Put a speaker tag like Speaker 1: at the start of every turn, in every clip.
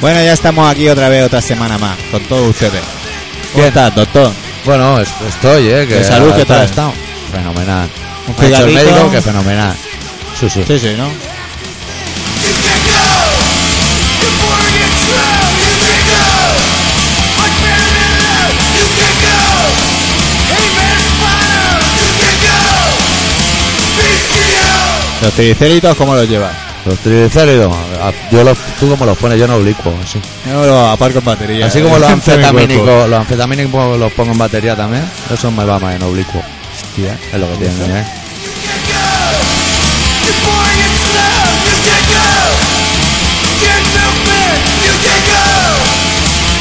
Speaker 1: Bueno, ya estamos aquí otra vez, otra semana más, con todos ustedes. ¿Cómo
Speaker 2: Bien.
Speaker 1: estás, doctor?
Speaker 2: Bueno, est- estoy, ¿eh? Que
Speaker 1: ¿De salud qué tal?
Speaker 2: ha estado? Fenomenal.
Speaker 1: Un
Speaker 2: Me ha dicho el
Speaker 1: cigarrito.
Speaker 2: médico que fenomenal. Sí, sí.
Speaker 1: Sí, sí, ¿no?
Speaker 3: You can't go. You wanna get through. You can't go. I can't live. You can't go. Hey man, spider. You can't go. BTO.
Speaker 1: Los triglicéridos, ¿cómo los llevas?
Speaker 2: Los triglicéridos, a- yo los, tú como los pones, yo en oblicuo, así.
Speaker 1: Yo los aparco en batería.
Speaker 2: Así como los
Speaker 1: Dentro de mi cuerpo.
Speaker 2: anfetamínicos, los anfetamínicos los pongo en batería también, eso me va más en oblicuo. Hostia, es lo que tiene, ¿eh?
Speaker 3: You can't go. You wanna get through. You can't go. Get no bed. You can't go.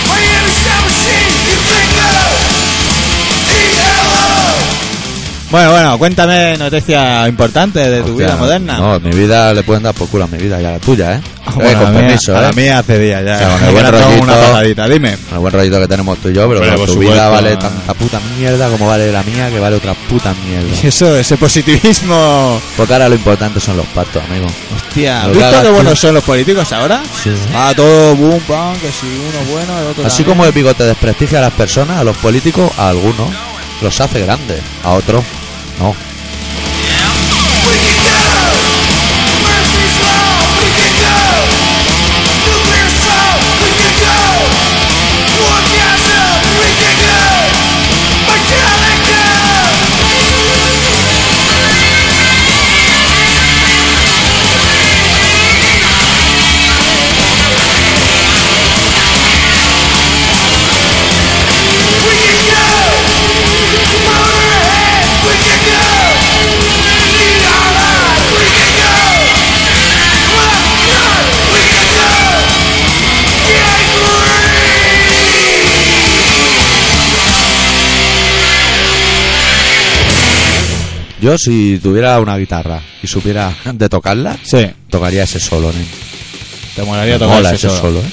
Speaker 3: Miami sound machine. You can't go. ELO.
Speaker 1: Bueno, bueno, cuéntame noticias importantes de tu
Speaker 2: ¿eh? Hostia,
Speaker 1: vida moderna.
Speaker 2: No, mi vida le pueden dar por culo a mi vida y a la tuya, ¿eh?
Speaker 1: Ah,
Speaker 2: Eh,
Speaker 1: bueno, a,
Speaker 2: con
Speaker 1: la
Speaker 2: permiso,
Speaker 1: mía, a
Speaker 2: ¿eh?
Speaker 1: la mía hace días ya.
Speaker 2: O sea, con el
Speaker 1: Que
Speaker 2: buen
Speaker 1: la tomo una
Speaker 2: rollito.
Speaker 1: patadita, dime.
Speaker 2: Con el buen rollito que tenemos tú y yo, pero,
Speaker 1: Hombre, por
Speaker 2: tu
Speaker 1: supuesto,
Speaker 2: vida vale
Speaker 1: eh.
Speaker 2: tanta puta mierda como vale la mía, que vale otra puta mierda.
Speaker 1: Eso, ese positivismo.
Speaker 2: Porque ahora lo importante son los pactos, amigo.
Speaker 1: Hostia,
Speaker 2: Lo
Speaker 1: ¿has
Speaker 2: que
Speaker 1: visto
Speaker 2: hagas
Speaker 1: qué
Speaker 2: tú.
Speaker 1: buenos son los políticos ahora?
Speaker 2: Sí.
Speaker 1: Va todo boom, pam, que si uno es bueno, el otro
Speaker 2: Así
Speaker 1: también.
Speaker 2: como el bigote desprestigia a las personas, a los políticos, a algunos los hace grandes, a otros no.
Speaker 3: We can go. Mercy's law. We can go. Nuclear assault. We can go. Orgasm. We can go. Metallica. We can go. Motorhead. We can go. Neon Light. We can go. Black Knight. We can go. Get green.
Speaker 2: Yo si tuviera una guitarra y supiera de tocarla,
Speaker 1: Sí,
Speaker 2: tocaría ese solo, ¿no?
Speaker 1: te molaría tocar
Speaker 2: Mola
Speaker 1: ese
Speaker 2: ese
Speaker 1: solo.
Speaker 2: solo, ¿eh?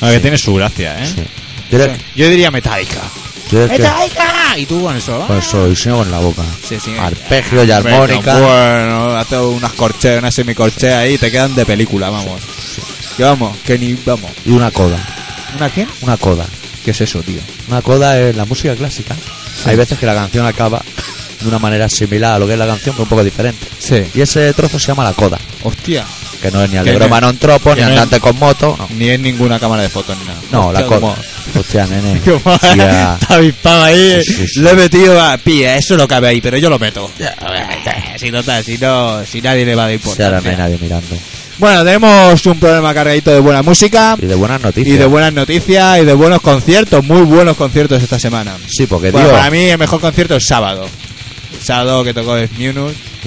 Speaker 1: No, que tiene su gracia, ¿eh?
Speaker 2: Sí. ¿Quieres-
Speaker 1: Yo diría Metallica. Pues,
Speaker 2: quieres que- pues,
Speaker 1: ¡Metallica! ¿Y tú con eso?
Speaker 2: Con el solo, y si no con la boca.
Speaker 1: Sí, sí.
Speaker 2: Arpegio y
Speaker 1: Hombre,
Speaker 2: armónica.
Speaker 1: Bueno, hace unas corcheas, unas semicorcheas ahí y te quedan de película, vamos. Que vamos, que ni vamos.
Speaker 2: Y una coda.
Speaker 1: ¿Una quién?
Speaker 2: Una coda.
Speaker 1: ¿Qué es eso, tío?
Speaker 2: Una coda es la música clásica. Hay veces que la canción acaba de una manera similar a lo que es la canción, pero un poco diferente.
Speaker 1: Sí.
Speaker 2: Y ese trozo se llama la coda,
Speaker 1: Hostia.
Speaker 2: que no es ni al
Speaker 1: Que no-
Speaker 2: broma en tropo,
Speaker 1: que
Speaker 2: ni
Speaker 1: no es-
Speaker 2: andante con moto. No,
Speaker 1: Ni es ninguna cámara de fotos ni nada.
Speaker 2: No, la
Speaker 1: Hostia,
Speaker 2: coda. Hostia, nene.
Speaker 1: como- como-
Speaker 2: Hostia.
Speaker 1: Está avispado ahí.
Speaker 2: Sí, sí, sí.
Speaker 1: Lo he metido a pie. Eso lo cabe ahí, pero yo lo meto. Si no, tal, si no, si nadie le va a dar
Speaker 2: Si ahora no hay
Speaker 1: importancia.
Speaker 2: nadie mirando.
Speaker 1: Bueno, tenemos un programa cargadito de buena música.
Speaker 2: Y de buenas noticias.
Speaker 1: Y de buenas noticias y de buenos conciertos, muy buenos conciertos esta semana.
Speaker 2: Sí, porque
Speaker 1: Bueno,
Speaker 2: tío,
Speaker 1: para mí el mejor concierto es sábado. Sábado que tocó Munich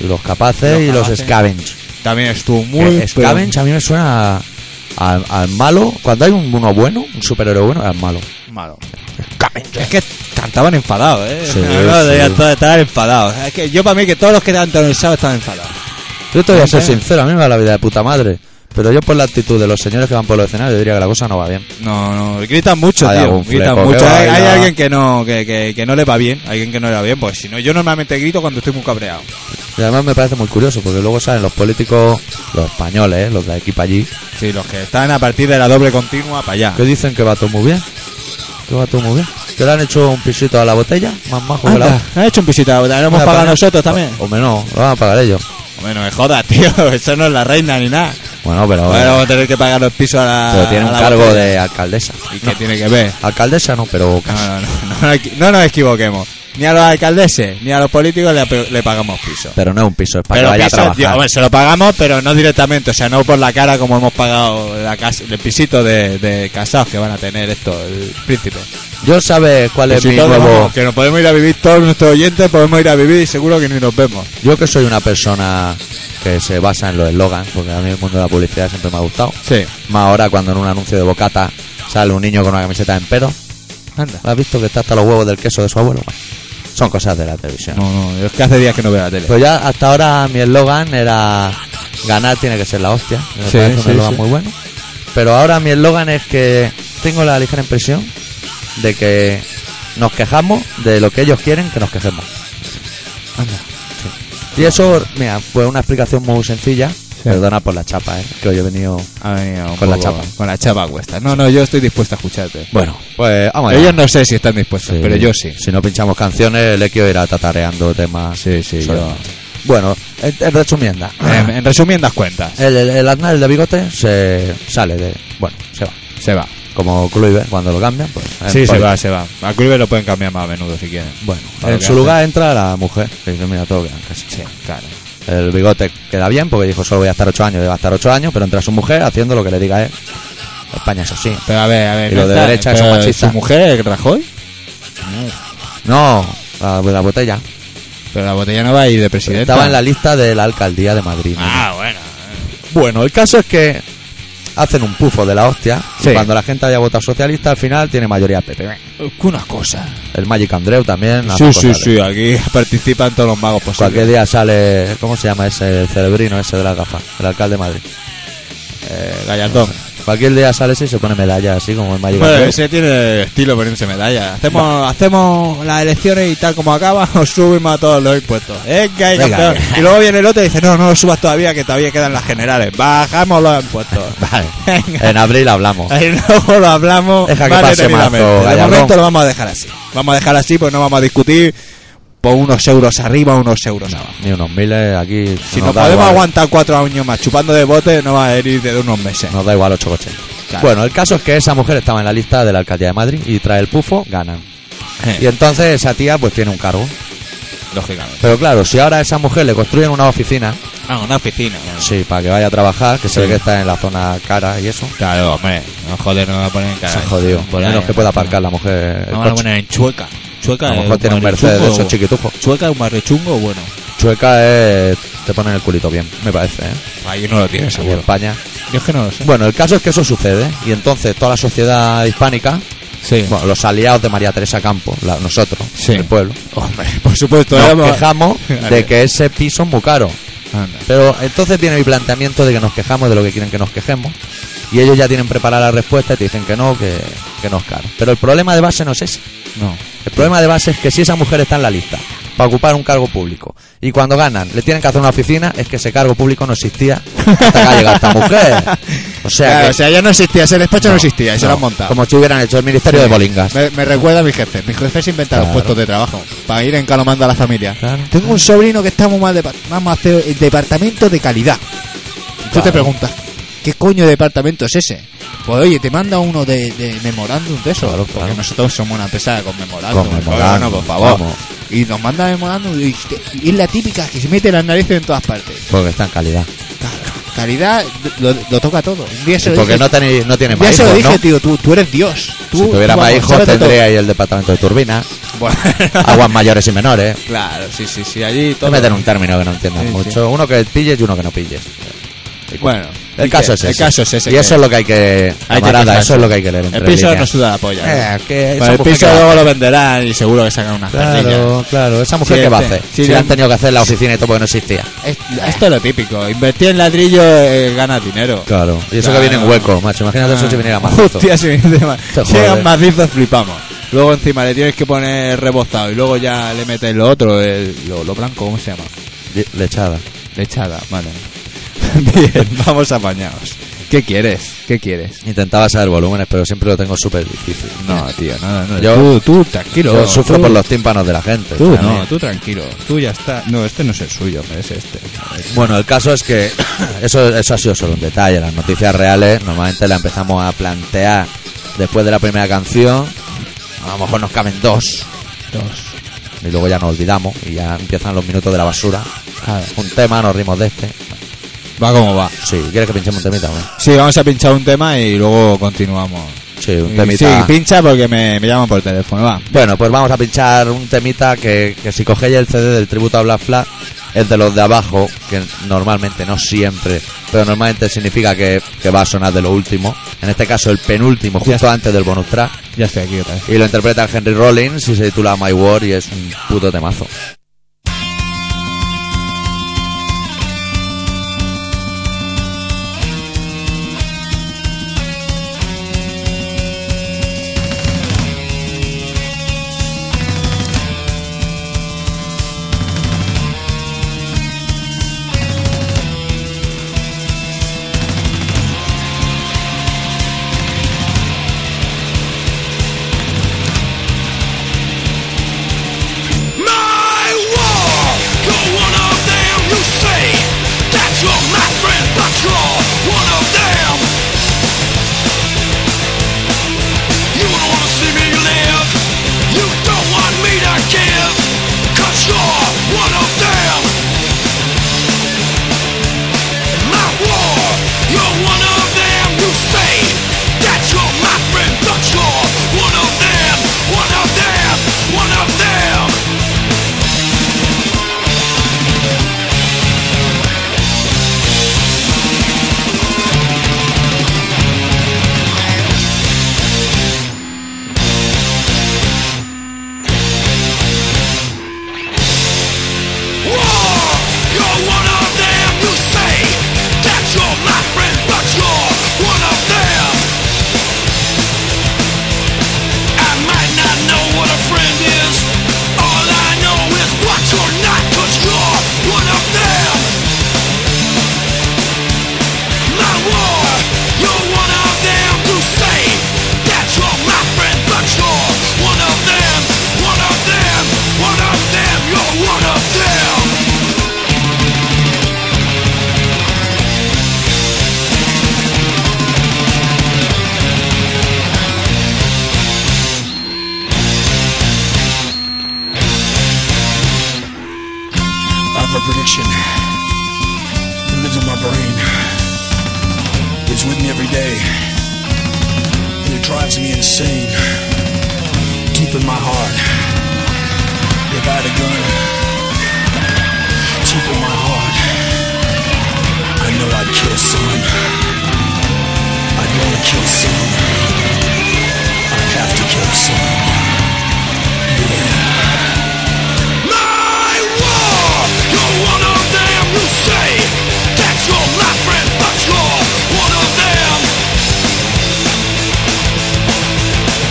Speaker 2: los capaces
Speaker 1: Los
Speaker 2: y los
Speaker 1: capaces.
Speaker 2: scavenge.
Speaker 1: también estuvo muy
Speaker 2: Que Eh, scavenge a mí me suena a- al, al malo. Cuando hay un- uno bueno, un superhéroe bueno, al malo.
Speaker 1: pero malo. Es que cantaban enfadados, eh.
Speaker 2: Sí,
Speaker 1: No, no,
Speaker 2: sí.
Speaker 1: debían todos estar enfadados. Es que yo para mí que todos los que cantaron el sábado estaban enfadados.
Speaker 2: Yo te voy a ser
Speaker 1: Ajá.
Speaker 2: sincero, a mí me va la vida de puta madre. Pero yo por la actitud de los señores que van por los escenarios yo diría que la cosa no va bien.
Speaker 1: No, no, gritan mucho,
Speaker 2: Hay
Speaker 1: tío.
Speaker 2: algún
Speaker 1: Gritan
Speaker 2: fleco que
Speaker 1: mucho. Hay, hay
Speaker 2: baila.
Speaker 1: alguien que no, que, que, que no le va bien, alguien que no le va bien, pues si no, yo normalmente grito cuando estoy muy cabreado.
Speaker 2: Y además me parece muy curioso, porque luego salen los políticos, los españoles, eh, los de aquí para allí,
Speaker 1: Sí, los que están a partir de la doble continua para allá.
Speaker 2: que dicen que va todo muy bien. Que va todo muy bien. Que le han hecho un pisito a la botella, más majo que la
Speaker 1: Anda, han hecho un visita, lo hemos
Speaker 2: Van a
Speaker 1: pagado
Speaker 2: pagar-
Speaker 1: nosotros también.
Speaker 2: O, hombre, no, lo van a pagar ellos.
Speaker 1: Hombre, no me jodas, tío. Eso no es la reina ni nada.
Speaker 2: Bueno, pero,
Speaker 1: Ahora vamos a tener que pagar los pisos a la.
Speaker 2: pero tiene
Speaker 1: a
Speaker 2: un
Speaker 1: la
Speaker 2: cargo
Speaker 1: botella.
Speaker 2: de alcaldesa.
Speaker 1: ¿Y
Speaker 2: No,
Speaker 1: qué tiene que ver?
Speaker 2: Alcaldesa no, pero
Speaker 1: No,
Speaker 2: casi.
Speaker 1: no, no, no, no, no nos equivoquemos. Ni a los alcaldeses, ni a los políticos le, ap- le pagamos piso.
Speaker 2: Pero no es un piso, es para
Speaker 1: Pero
Speaker 2: que vaya
Speaker 1: piso,
Speaker 2: a trabajar.
Speaker 1: tío, hombre, se lo pagamos, pero no directamente. O sea, no por la cara como hemos pagado la casa, el pisito de, de casados que van a tener estos, el príncipe.
Speaker 2: Yo sabes cuál es
Speaker 1: Pues si
Speaker 2: mi
Speaker 1: todos
Speaker 2: nuevo...
Speaker 1: vamos, que nos podemos ir a vivir todos nuestros oyentes, podemos ir a vivir y seguro que ni nos vemos.
Speaker 2: Yo que soy una persona que se basa en los eslogans, porque a mí el mundo de la publicidad siempre me ha gustado.
Speaker 1: Sí,
Speaker 2: Más ahora cuando en un anuncio de bocata sale un niño con una camiseta en pelo.
Speaker 1: anda.
Speaker 2: ¿Has visto que está hasta los huevos del queso de su abuelo? Bueno, son cosas de la televisión.
Speaker 1: No, no, yo es que hace días que no veo la tele.
Speaker 2: Pues ya hasta ahora mi eslogan era ganar tiene que ser la hostia. Me
Speaker 1: Sí,
Speaker 2: parece
Speaker 1: sí,
Speaker 2: un eslogan
Speaker 1: sí.
Speaker 2: muy bueno. Pero ahora mi eslogan es que tengo la ligera impresión de que nos quejamos de lo que ellos quieren que nos quejemos.
Speaker 1: Anda.
Speaker 2: Y eso, mira, fue una explicación muy sencilla Perdona por la chapa, ¿eh? que hoy he venido.
Speaker 1: Ha venido un
Speaker 2: Con la
Speaker 1: poco-
Speaker 2: chapa.
Speaker 1: Con la chapa cuesta. No, no, yo estoy dispuesto a escucharte.
Speaker 2: Bueno, pues vamos allá.
Speaker 1: Ellos no sé si están dispuestos,
Speaker 2: Sí.
Speaker 1: pero yo sí.
Speaker 2: Si no pinchamos canciones, el Equio irá tatareando temas.
Speaker 1: Sí, sí,
Speaker 2: Sobre-
Speaker 1: yo- Ah.
Speaker 2: Bueno, en, en resumiendo,
Speaker 1: En, en resumiendas cuentas,
Speaker 2: el, el, el Aznar, el de bigote, se sale de. Bueno, se va.
Speaker 1: se va.
Speaker 2: Como Kluivert, cuando lo cambian, pues. en
Speaker 1: Sí, se
Speaker 2: Poli-
Speaker 1: va, se va. A Kluivert lo pueden cambiar más a menudo si quieren.
Speaker 2: Bueno,
Speaker 1: Para
Speaker 2: en
Speaker 1: que
Speaker 2: su
Speaker 1: hace.
Speaker 2: lugar entra la mujer, que dice, mira, todo quedan casi.
Speaker 1: Sí, claro.
Speaker 2: El bigote queda bien, porque dijo, solo voy a estar ocho años, y va a estar ocho años, pero entra su mujer haciendo lo que le diga él. España es así.
Speaker 1: Pero a ver, a ver.
Speaker 2: Y
Speaker 1: no
Speaker 2: los de
Speaker 1: está-
Speaker 2: derecha son
Speaker 1: pero
Speaker 2: machistas.
Speaker 1: ¿Su mujer es Rajoy?
Speaker 2: No, la, la botella.
Speaker 1: Pero la botella no va a ir de presidenta.
Speaker 2: Estaba en la lista de la alcaldía de Madrid. ¿no?
Speaker 1: Ah, bueno.
Speaker 2: Bueno, el caso es que hacen un pufo de la hostia.
Speaker 1: Sí.
Speaker 2: Y cuando la gente haya votado socialista, al final tiene mayoría PP.
Speaker 1: eh, Una cosa.
Speaker 2: El Magic Andreu también. hace
Speaker 1: Sí, sí,
Speaker 2: cosas de-
Speaker 1: sí. Aquí participan todos los magos
Speaker 2: Cualquier
Speaker 1: posibles.
Speaker 2: día sale. ¿Cómo se llama ese el cerebrino ese de la gafa? El alcalde de Madrid.
Speaker 1: Eh, Gallardón.
Speaker 2: Cualquier día sale ese y se pone medalla así como el Magic
Speaker 1: Bueno,
Speaker 2: Andreu.
Speaker 1: ese tiene estilo poniéndose medalla. Hacemos, hacemos las elecciones y tal como acaba, os subimos a todos los impuestos. Venga, y,
Speaker 2: Venga.
Speaker 1: campeón. y luego viene el otro y dice, no, no lo subas todavía, que todavía quedan las generales. Bajamos los impuestos.
Speaker 2: Vale.
Speaker 1: Venga. Eh.
Speaker 2: En abril hablamos.
Speaker 1: Y luego lo hablamos
Speaker 2: Deja que
Speaker 1: más
Speaker 2: pase
Speaker 1: detenidamente.
Speaker 2: marzo,
Speaker 1: De
Speaker 2: Gallardón.
Speaker 1: momento lo vamos a dejar así. Vamos a dejar así, pues no vamos a discutir por unos euros arriba o unos euros abajo.
Speaker 2: Ni unos miles aquí.
Speaker 1: Si nos,
Speaker 2: da
Speaker 1: podemos
Speaker 2: igual.
Speaker 1: aguantar cuatro años más chupando de bote, no va a herir de unos meses.
Speaker 2: Nos da igual ocho coches.
Speaker 1: Claro.
Speaker 2: Bueno, el caso es que esa mujer estaba en la lista de la alcaldía de Madrid y trae el pufo, ganan.
Speaker 1: Eh,
Speaker 2: Y entonces esa tía pues tiene un cargo.
Speaker 1: Lógicamente.
Speaker 2: Pero claro, si ahora a esa mujer le construyen una oficina,
Speaker 1: Ah, una oficina.
Speaker 2: sí, para que vaya a trabajar, que
Speaker 1: Sí. Eh,
Speaker 2: se ve que está en la zona cara y eso,
Speaker 1: Claro, hombre, no joder, no me va a poner en cara.
Speaker 2: se jodió.
Speaker 1: Por ahí,
Speaker 2: menos que pueda
Speaker 1: no.
Speaker 2: aparcar la mujer.
Speaker 1: No me
Speaker 2: el
Speaker 1: van a
Speaker 2: coche.
Speaker 1: poner en Chueca. Chueca
Speaker 2: A lo
Speaker 1: es
Speaker 2: mejor tiene un
Speaker 1: barrio
Speaker 2: Mercedes de
Speaker 1: chungo.
Speaker 2: esos chiquitujos.
Speaker 1: Chueca es un barrio chungo, bueno.
Speaker 2: Chueca es. Te ponen el culito bien, me parece, ¿eh?
Speaker 1: Ahí no lo tiene,
Speaker 2: Aquí en
Speaker 1: seguro.
Speaker 2: España.
Speaker 1: Yo es que no lo sé.
Speaker 2: Bueno, el caso es que eso sucede y entonces toda la sociedad hispánica,
Speaker 1: Sí.
Speaker 2: bueno, los aliados de María Teresa Campo, la- nosotros,
Speaker 1: Sí.
Speaker 2: el pueblo,
Speaker 1: Hombre, por supuesto.
Speaker 2: nos
Speaker 1: éramos-
Speaker 2: quejamos
Speaker 1: Vale.
Speaker 2: de que ese piso es muy caro.
Speaker 1: Anda.
Speaker 2: Pero entonces viene mi planteamiento de que nos quejamos de lo que quieren que nos quejemos. Y ellos ya tienen preparada la respuesta y te dicen que no, que, que no es caro. Pero el problema de base no es ese.
Speaker 1: No.
Speaker 2: El problema de base es que si esa mujer está en la lista para ocupar un cargo público y cuando ganan le tienen que hacer una oficina, es que ese cargo público no existía hasta que ha llegado esta mujer. O sea,
Speaker 1: Claro,
Speaker 2: que,
Speaker 1: Ah, o sea, ya no existía, ese despacho no,
Speaker 2: no,
Speaker 1: existía, y se
Speaker 2: no,
Speaker 1: lo han montado.
Speaker 2: Como si hubieran hecho el Ministerio de Bolingas.
Speaker 1: Me, me recuerda a mi jefe. Mi jefe se inventa los
Speaker 2: Claro.
Speaker 1: puestos de trabajo para ir encalomando a la familia.
Speaker 2: Claro.
Speaker 1: Tengo un sobrino que está muy mal. depa- Vamos a hacer el departamento de calidad. Y Tú te
Speaker 2: Claro.
Speaker 1: preguntas, ¿qué coño de departamento es ese? Pues oye, te manda uno de, de memorándum de eso.
Speaker 2: Claro,
Speaker 1: porque
Speaker 2: claro.
Speaker 1: nosotros somos una pesada con memorándum.
Speaker 2: Con
Speaker 1: Bueno,
Speaker 2: memorándum,
Speaker 1: por favor.
Speaker 2: vamos.
Speaker 1: Y nos manda memorándum y, y es la típica que se mete las narices en todas partes.
Speaker 2: Porque está en calidad.
Speaker 1: Claro, calidad lo, lo toca todo. Un día se
Speaker 2: Y
Speaker 1: lo
Speaker 2: porque
Speaker 1: dije-
Speaker 2: no, tenéis, no tiene
Speaker 1: ya
Speaker 2: más
Speaker 1: se lo
Speaker 2: hijos,
Speaker 1: dije,
Speaker 2: ¿no?
Speaker 1: tío, tú, tú eres Dios. Tú,
Speaker 2: Si tuviera
Speaker 1: vamos,
Speaker 2: más hijos
Speaker 1: sabes de todo.
Speaker 2: tendría ahí el departamento de turbinas,
Speaker 1: Bueno.
Speaker 2: aguas mayores y menores.
Speaker 1: Claro, sí, sí, sí, allí
Speaker 2: Te
Speaker 1: todo.
Speaker 2: meten un término que no entiendas
Speaker 1: Sí, sí.
Speaker 2: mucho. Uno que pilles y uno que no pilles.
Speaker 1: Bueno,
Speaker 2: El
Speaker 1: ¿y
Speaker 2: caso
Speaker 1: qué?
Speaker 2: es ese.
Speaker 1: El caso es ese.
Speaker 2: Y
Speaker 1: que-
Speaker 2: eso es lo que hay que.
Speaker 1: Hay que
Speaker 2: camarada,
Speaker 1: quejarse.
Speaker 2: eso es lo que hay que leer.
Speaker 1: El
Speaker 2: entre
Speaker 1: piso
Speaker 2: líneas.
Speaker 1: nos suda la polla.
Speaker 2: Eh, que esa
Speaker 1: Pues el
Speaker 2: mujer
Speaker 1: piso
Speaker 2: que va-
Speaker 1: luego lo venderán y seguro que sacan unas perrillas.
Speaker 2: Claro, claro. Esa mujer
Speaker 1: Sí,
Speaker 2: que va a
Speaker 1: este-
Speaker 2: hacer.
Speaker 1: sí,
Speaker 2: si
Speaker 1: le
Speaker 2: le
Speaker 1: han-
Speaker 2: han tenido que hacer la oficina y todo porque no existía.
Speaker 1: Es- esto es lo típico. Invertir en ladrillo eh, ganas dinero.
Speaker 2: Claro. Y
Speaker 1: Claro.
Speaker 2: eso
Speaker 1: Ah.
Speaker 2: que viene en hueco, macho. Imagínate eso si viniera más. justo.
Speaker 1: Hostia, si viene de ma-
Speaker 2: Te
Speaker 1: Llegan
Speaker 2: jode.
Speaker 1: macizos, flipamos. Luego encima le tienes que poner rebozado y luego ya le metes lo otro, el- lo, lo blanco, ¿cómo se llama?
Speaker 2: Di- Lechada.
Speaker 1: Lechada, vale. Bien, vamos apañados. ¿Qué quieres? ¿Qué quieres?
Speaker 2: Intentaba saber volúmenes, pero siempre lo tengo súper difícil.
Speaker 1: No, tío, nada, no.
Speaker 2: Yo-
Speaker 1: tú, tú, tranquilo.
Speaker 2: Yo sufro
Speaker 1: tú-
Speaker 2: por los tímpanos de la gente.
Speaker 1: Tú,
Speaker 2: también.
Speaker 1: no, tú tranquilo. Tú ya está. No, este no es el suyo, hombre, es este.
Speaker 2: Bueno, el caso es que eso, eso ha sido solo un detalle. Las noticias reales normalmente las empezamos a plantear después de la primera canción. A lo mejor nos caben dos.
Speaker 1: Dos.
Speaker 2: Y luego ya nos olvidamos y ya empiezan los minutos de la basura. Un tema, nos rimos de este.
Speaker 1: Va como va.
Speaker 2: Sí, ¿quieres que pinchemos un temita? hombre?
Speaker 1: Sí, vamos a pinchar un tema y luego continuamos.
Speaker 2: Sí,
Speaker 1: Y
Speaker 2: un
Speaker 1: Sí,
Speaker 2: temita.
Speaker 1: pincha porque me, me llaman por teléfono, va.
Speaker 2: bueno, pues vamos a pinchar un temita que, que si cogéis el CD del tributo a Black Flag es de los de abajo, que normalmente, no siempre, pero normalmente significa que, que va a sonar de lo último. En este caso, el penúltimo,
Speaker 1: Ya
Speaker 2: justo
Speaker 1: está.
Speaker 2: antes del bonus track.
Speaker 1: Ya estoy aquí otra vez.
Speaker 2: Y lo interpreta Henry Rollins y se titula My War y es un puto temazo.
Speaker 4: me insane. Deep in my heart. If I had a gun, deep in my heart, I know I'd kill some. I'd wanna kill some. I'd have to kill some. Yeah. My war, you're one of them who say that you're my friend, but you're one of them.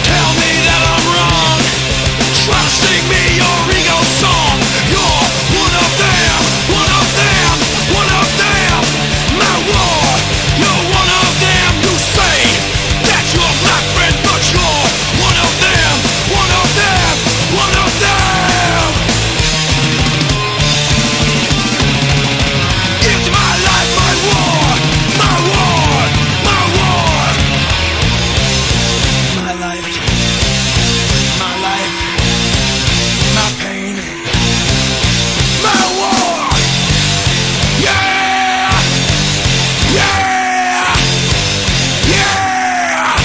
Speaker 4: Tell me that I'm wrong. Try to sing me your ego song. You're one of them, one of them, one of them. My war, you're one of them. You say that you're my friend, but you're one of them, one of them, one of them. Give to my life my war, my war, my war. My life, my life, my pain, my war. Yeah, yeah, yeah.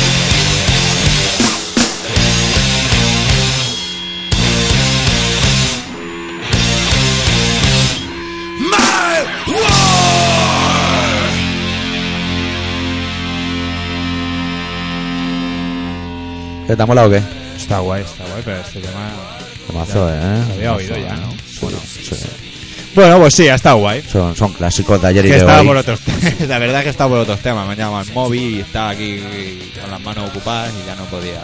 Speaker 4: My war.
Speaker 2: ¿Qué te ha molado o qué?
Speaker 1: Está guay, está guay, pero este tema.
Speaker 2: Temazo, ¿eh?
Speaker 1: Lo había oído ya,
Speaker 2: Temazo, ¿eh?
Speaker 1: ¿no?
Speaker 2: Sí,
Speaker 1: Bueno.
Speaker 2: sí.
Speaker 1: Bueno, pues sí, ha estado guay.
Speaker 2: Son, son clásicos de ayer y
Speaker 1: Que
Speaker 2: de
Speaker 1: estaba
Speaker 2: hoy.
Speaker 1: por otros temas. La verdad es que estaba por otros temas. Me han llamado al móvil y estaba aquí con las manos ocupadas y ya no podía.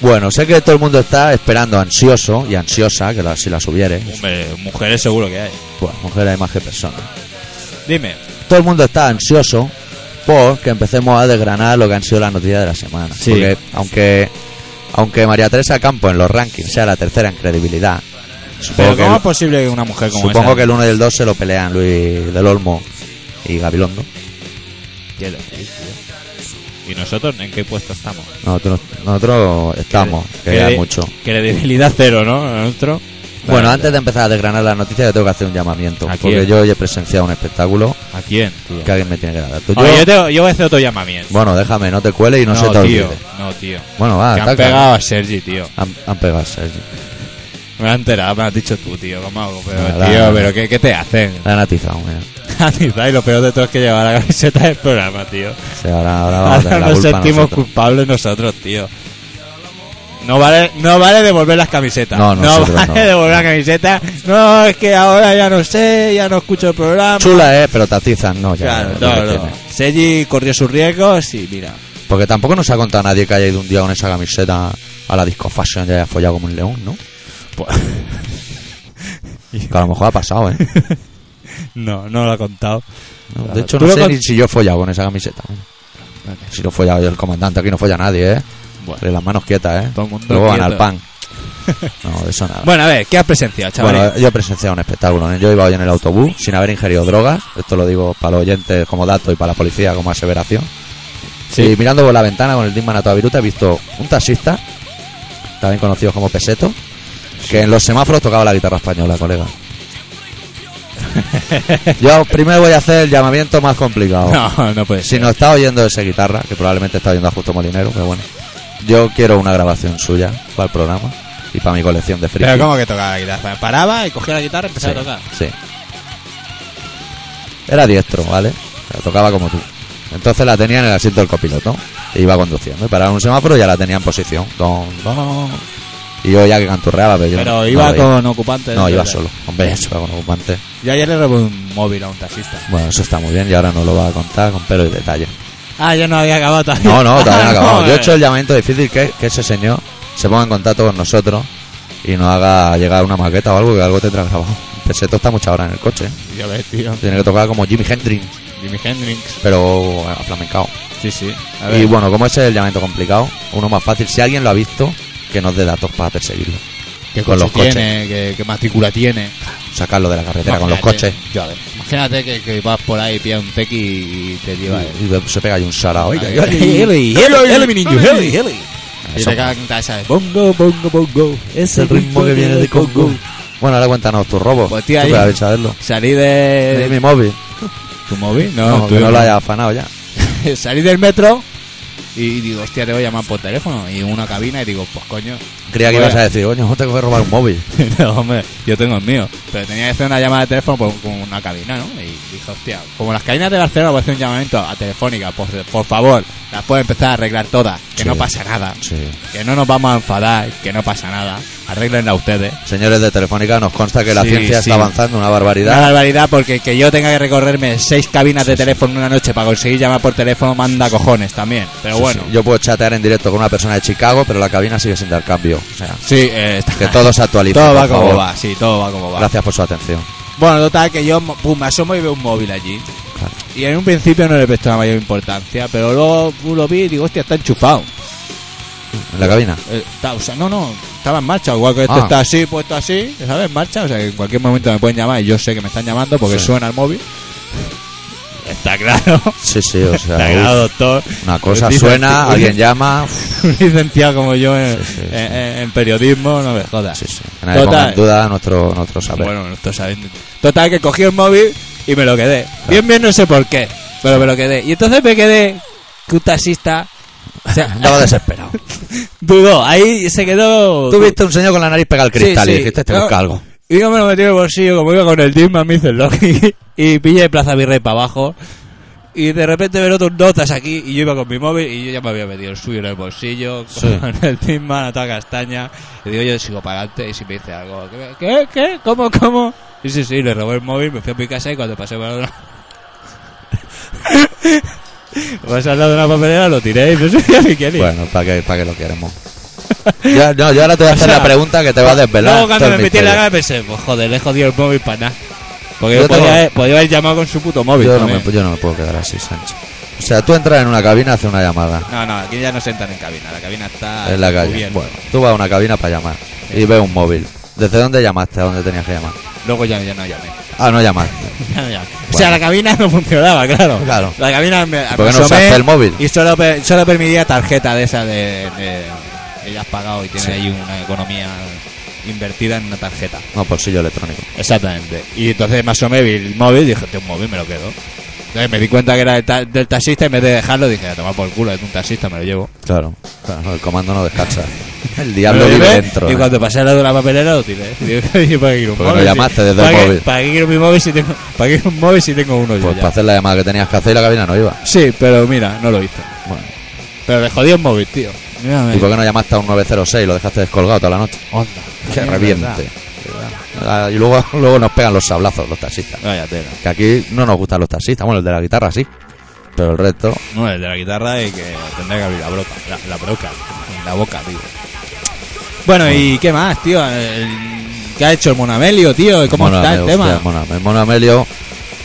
Speaker 2: Bueno, sé que todo el mundo está esperando ansioso y ansiosa que la, si la subiere.
Speaker 1: Hombre, mujeres seguro que hay.
Speaker 2: Bueno, mujer hay más que personas.
Speaker 1: Dime.
Speaker 2: Todo el mundo está ansioso por que empecemos a desgranar lo que han sido las noticias de la semana.
Speaker 1: Sí.
Speaker 2: Porque aunque, aunque María Teresa Campo en los rankings sea la tercera en credibilidad,
Speaker 1: Pero
Speaker 2: supongo, que
Speaker 1: ¿cómo es
Speaker 2: el,
Speaker 1: posible que una mujer como
Speaker 2: supongo
Speaker 1: esa-
Speaker 2: que el 1 y el 2 se lo pelean Luis del Olmo y Gabilondo.
Speaker 1: ¿Qué decís, tío? ¿Y nosotros en qué puesto estamos?
Speaker 2: Nosotros, nosotros estamos, que
Speaker 1: Credi-
Speaker 2: queda mucho.
Speaker 1: Credibilidad cero, ¿no? Nosotros.
Speaker 2: Bueno, antes de empezar a desgranar las noticias, yo tengo que hacer un llamamiento.
Speaker 1: ¿A
Speaker 2: Porque
Speaker 1: quién?
Speaker 2: yo hoy he presenciado un espectáculo
Speaker 1: ¿A quién, tío?
Speaker 2: que alguien me tiene que dar datos.
Speaker 1: Oye,
Speaker 2: Yo-
Speaker 1: yo, tengo- yo voy a hacer otro llamamiento.
Speaker 2: Bueno, déjame, no te cuele y no, se te
Speaker 1: tío.
Speaker 2: olvide.
Speaker 1: No, tío.
Speaker 2: Bueno, va,
Speaker 1: Que han
Speaker 2: ataca.
Speaker 1: pegado a Sergi, tío.
Speaker 2: Han, han pegado, Sergi.
Speaker 1: Me lo he enterado, me lo has dicho tú, tío. ¿Cómo hago? Pero,
Speaker 2: Nada,
Speaker 1: tío,
Speaker 2: nada.
Speaker 1: pero ¿qué, qué te hacen?
Speaker 2: Le han atizado, mira.
Speaker 1: y lo peor de todo es que llevaba la camiseta del programa, tío.
Speaker 2: O sea, ahora, ahora vamos a
Speaker 1: Ahora
Speaker 2: tener Ah, la
Speaker 1: nos
Speaker 2: culpa
Speaker 1: sentimos
Speaker 2: nosotros.
Speaker 1: culpables nosotros, tío. No vale, no vale devolver las camisetas.
Speaker 2: No, nosotros
Speaker 1: vale
Speaker 2: no.
Speaker 1: devolver las camisetas. No, es que ahora ya no sé, ya no escucho el programa.
Speaker 2: Chula, eh, pero te atizan, no, ya.
Speaker 1: Claro,
Speaker 2: ya
Speaker 1: no,
Speaker 2: lo
Speaker 1: no.
Speaker 2: tiene.
Speaker 1: Sergi corrió sus riesgos y mira.
Speaker 2: Porque tampoco nos ha contado nadie que haya ido un día con esa camiseta a la disco fashion y haya follado como un león, ¿no? Pues. Que a lo mejor ha pasado, ¿eh?
Speaker 1: No, no lo ha contado.
Speaker 2: No,
Speaker 1: Claro.
Speaker 2: De hecho,
Speaker 1: Tú
Speaker 2: no
Speaker 1: lo
Speaker 2: sé
Speaker 1: con-
Speaker 2: ni si yo he follado con esa camiseta. Si no he follado yo el comandante, aquí no folla nadie, ¿eh?
Speaker 1: Bueno.
Speaker 2: Pero las manos quietas, ¿eh?
Speaker 1: Todo el mundo
Speaker 2: Luego van
Speaker 1: quieto.
Speaker 2: al pan. No, de eso nada.
Speaker 1: Bueno, a ver, ¿qué has presenciado, chaval?
Speaker 2: Bueno, eh, yo presencié un espectáculo. ¿eh? Yo iba hoy en el autobús sin haber ingerido drogas. Esto lo digo para los oyentes como dato y para la policía como aseveración. Y mirando por la ventana con el Disman a toda viruta he visto un taxista, también conocido como Peseto, que en los semáforos tocaba la guitarra española, colega. Yo primero voy a hacer el llamamiento más complicado.
Speaker 1: no, no puede
Speaker 2: Si
Speaker 1: ser.
Speaker 2: no está oyendo esa guitarra, que probablemente está oyendo a Justo Molinero, pero bueno. Yo quiero una grabación suya para el programa y para mi colección de frikis.
Speaker 1: Pero ¿cómo que tocaba la guitarra? Paraba y cogía la guitarra y empezaba a tocar.
Speaker 2: Sí. Era diestro, ¿vale? O sea, tocaba como tú. Entonces la tenía en el asiento del copiloto. E iba conduciendo. Y paraba en un semáforo y ya la tenía en posición. Don, don. Y yo ya que canturreaba, pero yo no-
Speaker 1: Pero
Speaker 2: no
Speaker 1: iba
Speaker 2: lo veía.
Speaker 1: con ocupante.
Speaker 2: No,
Speaker 1: de-
Speaker 2: iba solo. Hombre, eso iba con ocupante.
Speaker 1: Yo ayer le robé un móvil a un taxista.
Speaker 2: Bueno, eso está muy bien y ahora no lo va a contar con pelo y detalle.
Speaker 1: Ah, yo no había acabado todavía.
Speaker 2: No, no, todavía no
Speaker 1: Ah,
Speaker 2: acabamos. Yo he
Speaker 1: eh.
Speaker 2: hecho el llamamiento difícil que, que ese señor se ponga en contacto con nosotros y nos haga llegar una maqueta o algo que algo tendrá grabado. Peseto está mucha hora en el coche. ¿eh?
Speaker 1: Ya ves, tío.
Speaker 2: Tiene que tocar como Jimi Hendrix.
Speaker 1: Jimi Hendrix.
Speaker 2: pero a flamencao.
Speaker 1: Sí, sí. A ver.
Speaker 2: Y bueno, como ese es el llamamiento complicado, uno más fácil, si alguien lo ha visto, que nos dé datos para perseguirlo.
Speaker 1: ¿Qué
Speaker 2: con
Speaker 1: coche
Speaker 2: los coches.
Speaker 1: tiene? ¿Qué, qué matrícula tiene?
Speaker 2: Sacarlo de la carretera con los
Speaker 1: Imagínate.
Speaker 2: coches.
Speaker 1: Yo, a ver. Imagínate que, que vas por ahí, pillas un tequi y te lleva él.
Speaker 2: Y de- se pega ahí un sarao. Oiga,
Speaker 1: Heli,
Speaker 2: oiga,
Speaker 1: heli, heli, heli, mi niño, heli, heli. Y
Speaker 2: Eso.
Speaker 1: te canta esa de bongo, bongo, bongo.
Speaker 2: Es el ritmo que viene de Congo. Bueno, ahora cuéntanos tu robo.
Speaker 1: Pues, tía,
Speaker 2: Tú que
Speaker 1: ahí-
Speaker 2: habéis saberlo.
Speaker 1: Salí
Speaker 2: De
Speaker 1: de...
Speaker 2: mi móvil.
Speaker 1: ¿Tu móvil?
Speaker 2: No,
Speaker 1: No,
Speaker 2: que
Speaker 1: Ah, tú
Speaker 2: no lo haya afanado ya.
Speaker 1: Salí del metro Y digo, hostia, te voy a llamar por teléfono. Y una cabina y digo, pues coño.
Speaker 2: Creía que
Speaker 1: voy
Speaker 2: ibas a decir, coño, tengo que robar un móvil.
Speaker 1: no, hombre, yo tengo el mío. Pero tenía que hacer una llamada de teléfono por- con una cabina, ¿no? Y dije, hostia, como las cabinas de Barcelona voy a hacer un llamamiento a Telefónica, por, por favor, las puedo empezar a arreglar todas, que
Speaker 2: Sí.
Speaker 1: no pasa nada.
Speaker 2: Sí.
Speaker 1: Que no nos vamos a enfadar, que no pasa nada. Arreglenla ustedes.
Speaker 2: Señores de Telefónica, nos consta que la
Speaker 1: Sí,
Speaker 2: ciencia
Speaker 1: sí.
Speaker 2: está avanzando una
Speaker 1: Una
Speaker 2: barbaridad.
Speaker 1: barbaridad porque que yo tenga que recorrerme seis cabinas de teléfono en una noche para conseguir llamar por teléfono manda cojones también. Pero
Speaker 2: Sí,
Speaker 1: bueno,
Speaker 2: sí. Yo puedo chatear en directo con una persona de Chicago, pero la cabina sigue sin dar cambio. O sea,
Speaker 1: sí, eh, está-
Speaker 2: que todo se actualice.
Speaker 1: todo
Speaker 2: por
Speaker 1: va como
Speaker 2: favor.
Speaker 1: va, sí, todo va como va.
Speaker 2: Gracias por su atención.
Speaker 1: Bueno, total, que yo pum, me asomo y veo un móvil allí.
Speaker 2: Claro.
Speaker 1: Y en un principio no le prestaba mayor importancia, pero luego uh, lo vi y digo, hostia, está enchufado.
Speaker 2: En la cabina.
Speaker 1: Eh, está- o sea, no, no, estaba en marcha, igual que esto
Speaker 2: Ah.
Speaker 1: está así, puesto así, ¿sabes? En marcha, o sea, que en cualquier momento me pueden llamar y yo sé que me están llamando porque
Speaker 2: Sí.
Speaker 1: suena el móvil. Está claro,
Speaker 2: Sí, sí, o sea,
Speaker 1: está
Speaker 2: uy,
Speaker 1: claro, doctor.
Speaker 2: una cosa
Speaker 1: Dice-
Speaker 2: suena,
Speaker 1: dice-
Speaker 2: alguien llama. uf,
Speaker 1: Un licenciado como yo en,
Speaker 2: Sí, sí, sí.
Speaker 1: en- en- en periodismo, no me jodas.
Speaker 2: Sí, sí. Que nadie
Speaker 1: Total.
Speaker 2: ponga en duda nuestro, nuestro saber.
Speaker 1: Bueno, esto saben. Total, que cogí el móvil y me lo quedé. Bien, bien, no sé por qué, pero me lo quedé. Y entonces me quedé que un taxista o sea,
Speaker 2: Andaba desesperado.
Speaker 1: dudó. Ahí se quedó.
Speaker 2: Tú viste un señor con la nariz pegada al
Speaker 1: Sí,
Speaker 2: cristal
Speaker 1: sí.
Speaker 2: y dijiste, te
Speaker 1: No.
Speaker 2: busca algo.
Speaker 1: Y yo me lo metí en el bolsillo, como iba con el Disman, me hice el login y pillé Plaza Virrey para abajo. Y de repente veo tus notas aquí y yo iba con mi móvil y yo ya me había metido el suyo en el bolsillo, con el Disman a toda castaña. Y digo, yo sigo para adelante y si me dice algo, ¿qué? ¿Qué? qué? ¿Cómo? ¿Cómo? Y sí, sí, le robé el móvil, me fui a mi casa y cuando pasé por una... pasé Pues al lado de una papelera, lo tiré y me subí a mi Kenny.
Speaker 2: Bueno, ¿para qué, para qué lo queremos? yo, no, yo ahora te voy a
Speaker 1: O
Speaker 2: hacer
Speaker 1: sea,
Speaker 2: la pregunta que te va a desvelar.
Speaker 1: Luego cuando
Speaker 2: todo
Speaker 1: me
Speaker 2: el
Speaker 1: metí en la
Speaker 2: misterio.
Speaker 1: gana pensé, pues joder, le he jodido el móvil para nada. Porque
Speaker 2: Yo
Speaker 1: yo podía,
Speaker 2: tengo-
Speaker 1: haber- podía haber llamado con su puto móvil.
Speaker 2: yo, no
Speaker 1: también.
Speaker 2: me, yo no me puedo quedar así, Sancho. O sea, tú entras en una cabina, haces una llamada.
Speaker 1: No, no, aquí ya no se entran en cabina, la cabina está
Speaker 2: en la calle.
Speaker 1: cubierta.
Speaker 2: Bueno, tú vas a una cabina para llamar y ves un móvil. ¿Desde dónde llamaste? ¿A dónde tenías que llamar?
Speaker 1: Luego ya, ya no llamé.
Speaker 2: Ah, no llamaste.
Speaker 1: Ya no llamé. O sea, la cabina no funcionaba, claro.
Speaker 2: Claro.
Speaker 1: La cabina me,
Speaker 2: por
Speaker 1: me
Speaker 2: qué no usaste
Speaker 1: asomé
Speaker 2: el móvil?
Speaker 1: Y solo, per- solo permitía tarjeta de esa de, de- que ya has pagado y tiene
Speaker 2: Sí.
Speaker 1: ahí una economía invertida en una tarjeta.
Speaker 2: No, bolsillo electrónico.
Speaker 1: Exactamente. Y entonces me asomé, vi el móvil y dije, tío, un móvil me lo quedo. Entonces me di cuenta que era del, ta- del taxista y en vez de dejarlo dije, a tomar por culo, es un taxista, me lo llevo.
Speaker 2: Claro. Claro, el comando no descansa. El
Speaker 1: Me
Speaker 2: diablo
Speaker 1: lo
Speaker 2: vive
Speaker 1: llevé,
Speaker 2: dentro.
Speaker 1: y
Speaker 2: ¿eh?
Speaker 1: cuando pasé al lado de la papelera lo tiré. Digo, "Oye, ¿para qué quiero un
Speaker 2: Porque no
Speaker 1: móvil?
Speaker 2: llamaste desde el
Speaker 1: ¿Para qué-
Speaker 2: móvil.
Speaker 1: ¿Para qué quiero mi móvil si tengo, ¿para qué quiero un móvil si tengo uno yo
Speaker 2: Pues
Speaker 1: ya?
Speaker 2: para hacer la llamada que tenías que hacer y la cabina no iba.
Speaker 1: Sí, pero mira, no lo hice.
Speaker 2: Bueno.
Speaker 1: Pero le jodí el móvil, tío. Mírame.
Speaker 2: ¿Y por qué no llamaste a un 906 y lo dejaste descolgado toda la noche?
Speaker 1: Onda.
Speaker 2: Que
Speaker 1: Es
Speaker 2: reviente.
Speaker 1: verdad.
Speaker 2: Ah, Y luego, luego nos pegan los sablazos los taxistas.
Speaker 1: Vaya tela.
Speaker 2: Que aquí no nos gustan los taxistas. Bueno, el de la guitarra sí. Pero el resto,
Speaker 1: No, el de la guitarra y que tendré que abrir la broca. La, la broca. La boca, tío. Bueno, ¿y qué más, tío? El- ¿Qué ha hecho el Monamelio, tío? ¿Cómo
Speaker 2: Mono
Speaker 1: está el
Speaker 2: Amelio,
Speaker 1: tema?
Speaker 2: hostia, Mono Amelio. Mono Amelio,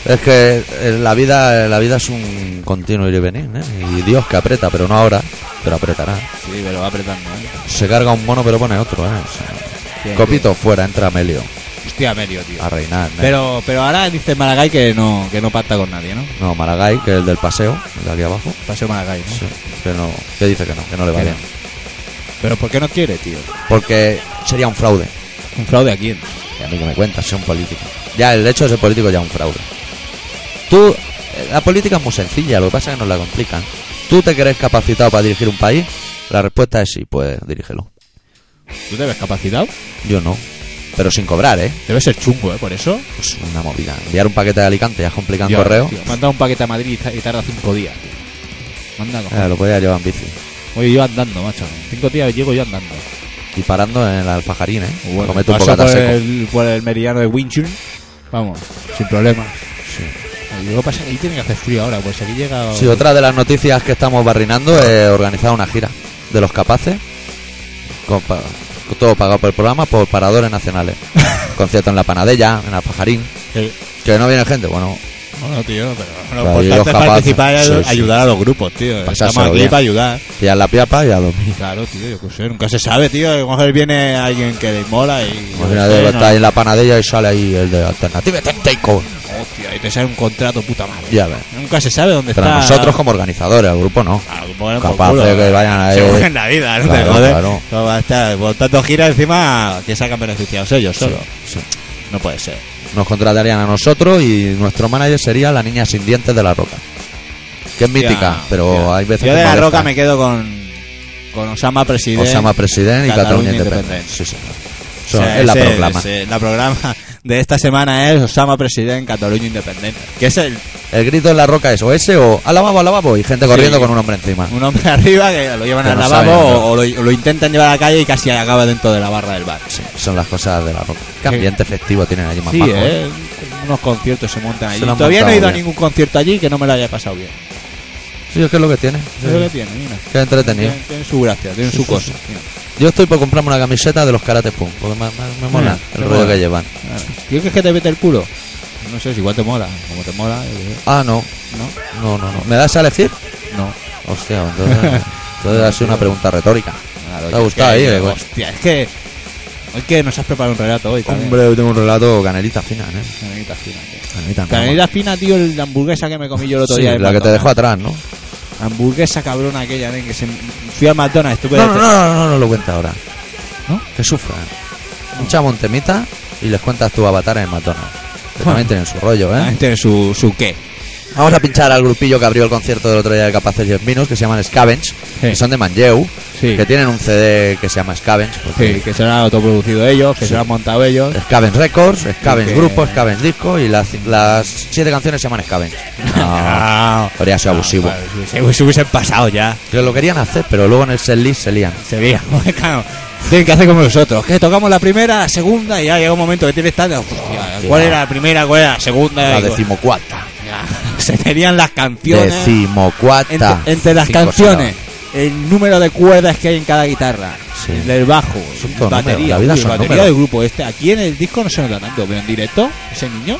Speaker 2: es que eh, la vida, eh, la vida es un continuo ir y venir, ¿eh? Y Dios que aprieta, pero no ahora, pero apretará.
Speaker 1: Sí, pero va apretando, ¿eh?
Speaker 2: Se carga un mono, pero pone otro, ¿eh? O sea,
Speaker 1: Bien,
Speaker 2: copito fuera, entra Amelio
Speaker 1: bien. Hostia, Amelio, tío.
Speaker 2: a reinar. ¿eh?
Speaker 1: Ah, Pero, pero ahora dice Maragall que no, que no pacta con nadie, ¿no?
Speaker 2: No, Maragall, que es el del paseo, el de aquí abajo,
Speaker 1: Paseo Maragall, ¿no?
Speaker 2: sí, que, no, que dice que no, que no le va
Speaker 1: Que
Speaker 2: bien.
Speaker 1: Pero ¿por qué no quiere, tío?
Speaker 2: Porque sería un fraude.
Speaker 1: ¿Un fraude a quién?
Speaker 2: Y a mí que me cuentas, soy un político. Ya, el hecho de ser político ya es un fraude. Tú, eh, la política es muy sencilla, lo que pasa es que nos la complican. ¿Tú te crees capacitado para dirigir un país? La respuesta es sí, pues dirígelo.
Speaker 1: ¿Tú te ves capacitado?
Speaker 2: Yo no. Pero sin cobrar, ¿eh?
Speaker 1: Debe ser chungo, ¿eh? Por eso.
Speaker 2: Es una movida. Enviar un paquete de Alicante ya es complicado en
Speaker 1: Dios,
Speaker 2: correo.
Speaker 1: tío, manda un paquete a Madrid y ta- y tarda cinco días, tío. Manda, cojones.
Speaker 2: Eh, lo podía llevar en bici.
Speaker 1: Oye, yo andando, macho. Cinco días llego yo andando.
Speaker 2: Y parando en el alfajarín, ¿eh?
Speaker 1: Pues Bueno,
Speaker 2: Comete un
Speaker 1: paso
Speaker 2: bocata
Speaker 1: por
Speaker 2: seco.
Speaker 1: el, por el meridiano de Winchun. Vamos, sin problema.
Speaker 2: Sí.
Speaker 1: Y luego pasa que ahí tiene que hacer frío ahora, pues aquí llega.
Speaker 2: Sí, otra de las noticias que estamos barrinando es organizar una gira de los capaces. Con pa- con todo pagado por el programa, por paradores nacionales. Concierto en la Panadella, en Alfajarín.
Speaker 1: Eh,
Speaker 2: Que no viene gente, bueno,
Speaker 1: Bueno, tío, pero
Speaker 2: Claro,
Speaker 1: lo
Speaker 2: yo
Speaker 1: importante es
Speaker 2: capaz-
Speaker 1: participar y
Speaker 2: sí, sí.
Speaker 1: ayudar a los grupos, tío.
Speaker 2: Pasárselo
Speaker 1: Estamos aquí
Speaker 2: bien.
Speaker 1: para ayudar.
Speaker 2: pillar la piapa y a dormir.
Speaker 1: Claro, tío, yo qué sé, nunca se sabe, tío. A lo mejor viene alguien que le mola y. yo qué
Speaker 2: Imagínate,
Speaker 1: sé,
Speaker 2: Pues está ahí en la Panadella y sale ahí el de Alternativa Tenteco.
Speaker 1: no- Hostia, y te sale un contrato, puta madre.
Speaker 2: Ya ves.
Speaker 1: Nunca se sabe dónde
Speaker 2: Pero
Speaker 1: está.
Speaker 2: nosotros como organizadores, el grupo no.
Speaker 1: Ah, bueno, por
Speaker 2: Capaz
Speaker 1: culo.
Speaker 2: de que vayan a
Speaker 1: Se
Speaker 2: ver.
Speaker 1: buscan la vida, no
Speaker 2: Claro,
Speaker 1: te jodes.
Speaker 2: claro.
Speaker 1: No Oh. va a estar. Por tanto, gira encima que sacan beneficiados ellos solo.
Speaker 2: Sí.
Speaker 1: No puede ser.
Speaker 2: Nos contratarían a nosotros y nuestro manager sería la niña sin dientes de la roca. que es mítica,
Speaker 1: Ya,
Speaker 2: pero
Speaker 1: ya.
Speaker 2: hay veces
Speaker 1: Yo
Speaker 2: que
Speaker 1: de la
Speaker 2: molesta.
Speaker 1: roca me quedo con, con Osama Presidente.
Speaker 2: Osama President y
Speaker 1: Cataluña
Speaker 2: Cataluña
Speaker 1: Independencia.
Speaker 2: Independencia. Sí, señor.
Speaker 1: O
Speaker 2: Eso
Speaker 1: sea,
Speaker 2: es la
Speaker 1: ese-
Speaker 2: proclama.
Speaker 1: ese- la programa de esta semana es Osama Presidente, Cataluña Independiente. Que es el,
Speaker 2: El grito en la roca es o ese o al lavabo, al lavabo y gente corriendo
Speaker 1: Sí.
Speaker 2: con un hombre encima.
Speaker 1: un hombre arriba que lo llevan
Speaker 2: Ah. Que
Speaker 1: al
Speaker 2: no
Speaker 1: lavabo
Speaker 2: saben,
Speaker 1: o, o lo, o lo intentan llevar a la calle y casi acaba dentro de la barra del bar.
Speaker 2: Sí, son las cosas de la roca. Qué
Speaker 1: Sí.
Speaker 2: ambiente festivo tienen allí más
Speaker 1: Sí,
Speaker 2: bajo, ¿eh?
Speaker 1: eh, unos conciertos se montan allí.
Speaker 2: lo han
Speaker 1: Todavía no he ido
Speaker 2: montado
Speaker 1: a
Speaker 2: bien.
Speaker 1: ningún concierto allí que no me lo haya pasado bien.
Speaker 2: Sí, es que es lo que tiene.
Speaker 1: Es lo que tiene, mira.
Speaker 2: Qué entretenido.
Speaker 1: Tiene, tiene su gracia, tiene
Speaker 2: Sí,
Speaker 1: su
Speaker 2: sí,
Speaker 1: cosa.
Speaker 2: sí.
Speaker 1: mira.
Speaker 2: Yo estoy por comprarme una camiseta de los Karate Punk, porque me, me- me mola
Speaker 1: Mira,
Speaker 2: el
Speaker 1: qué
Speaker 2: rollo
Speaker 1: guay.
Speaker 2: que llevan.
Speaker 1: Claro. ¿Tío Ah, que es que te mete el culo? No sé, si igual te mola. Como te mola, eh,
Speaker 2: Ah, no.
Speaker 1: ¿no?
Speaker 2: No, no, no. ¿Me das a elegir?
Speaker 1: No.
Speaker 2: Hostia, entonces, entonces ha sido una pregunta retórica.
Speaker 1: Claro,
Speaker 2: ¿Te ha
Speaker 1: oye,
Speaker 2: gustado
Speaker 1: es que-
Speaker 2: ahí, eh, güey?
Speaker 1: Hostia, es que. Hoy que nos has preparado un relato hoy también.
Speaker 2: Hombre, hoy tengo un relato canelita fina, ¿eh?
Speaker 1: Canelita fina, tío.
Speaker 2: Canelita,
Speaker 1: Canelita fina, tío, el- la hamburguesa que me comí yo el otro
Speaker 2: Sí,
Speaker 1: día. eh, en
Speaker 2: la que te
Speaker 1: McDonald's.
Speaker 2: dejó atrás, ¿no?
Speaker 1: Hamburguesa cabrona aquella, nen, que se... fui a McDonald's, estuve.
Speaker 2: No, no, no, no, no, no lo cuenta ahora.
Speaker 1: ¿No?
Speaker 2: Que sufran. Un chamo un temita y les cuentas tu avatar en McDonald's. Que también tienen su rollo,
Speaker 1: La
Speaker 2: ¿eh?
Speaker 1: gente su, su qué.
Speaker 2: Vamos a pinchar al grupillo que abrió el concierto del otro día de Capaces y Minus, que se llaman Scavenge, que son de Manlleu,
Speaker 1: Sí.
Speaker 2: que tienen un CD que se llama Scavenge.
Speaker 1: Sí,
Speaker 2: porque
Speaker 1: que se lo han autoproducido ellos, que
Speaker 2: Sí.
Speaker 1: se lo han montado ellos.
Speaker 2: Scavenge Records, Scavenge
Speaker 1: Que-
Speaker 2: Grupo, Scavenge Disco y las, las siete canciones se llaman Scavenge. No,
Speaker 1: Ah,
Speaker 2: podría ser abusivo.
Speaker 1: Si hubiesen pasado ya,
Speaker 2: Que lo querían hacer, pero luego en el setlist se lían.
Speaker 1: se veía. Claro, tienen que hacer como nosotros, que tocamos la primera, la segunda y ya llega un momento que tienes tanto. hostia,
Speaker 2: Hostia.
Speaker 1: ¿Cuál era la primera, cuál era la segunda?
Speaker 2: La
Speaker 1: Y- pues,
Speaker 2: decimocuarta.
Speaker 1: Ya, se tenían las canciones. entre,
Speaker 2: Decimocuarta.
Speaker 1: entre las
Speaker 2: Cinco
Speaker 1: canciones, el número de cuerdas que hay en cada guitarra,
Speaker 2: Sí.
Speaker 1: el del bajo,
Speaker 2: Son
Speaker 1: el
Speaker 2: todo
Speaker 1: batería,
Speaker 2: número, la vida
Speaker 1: uy,
Speaker 2: son
Speaker 1: batería
Speaker 2: números.
Speaker 1: del grupo este. Aquí en el disco no se nota tanto, pero en directo, ese niño,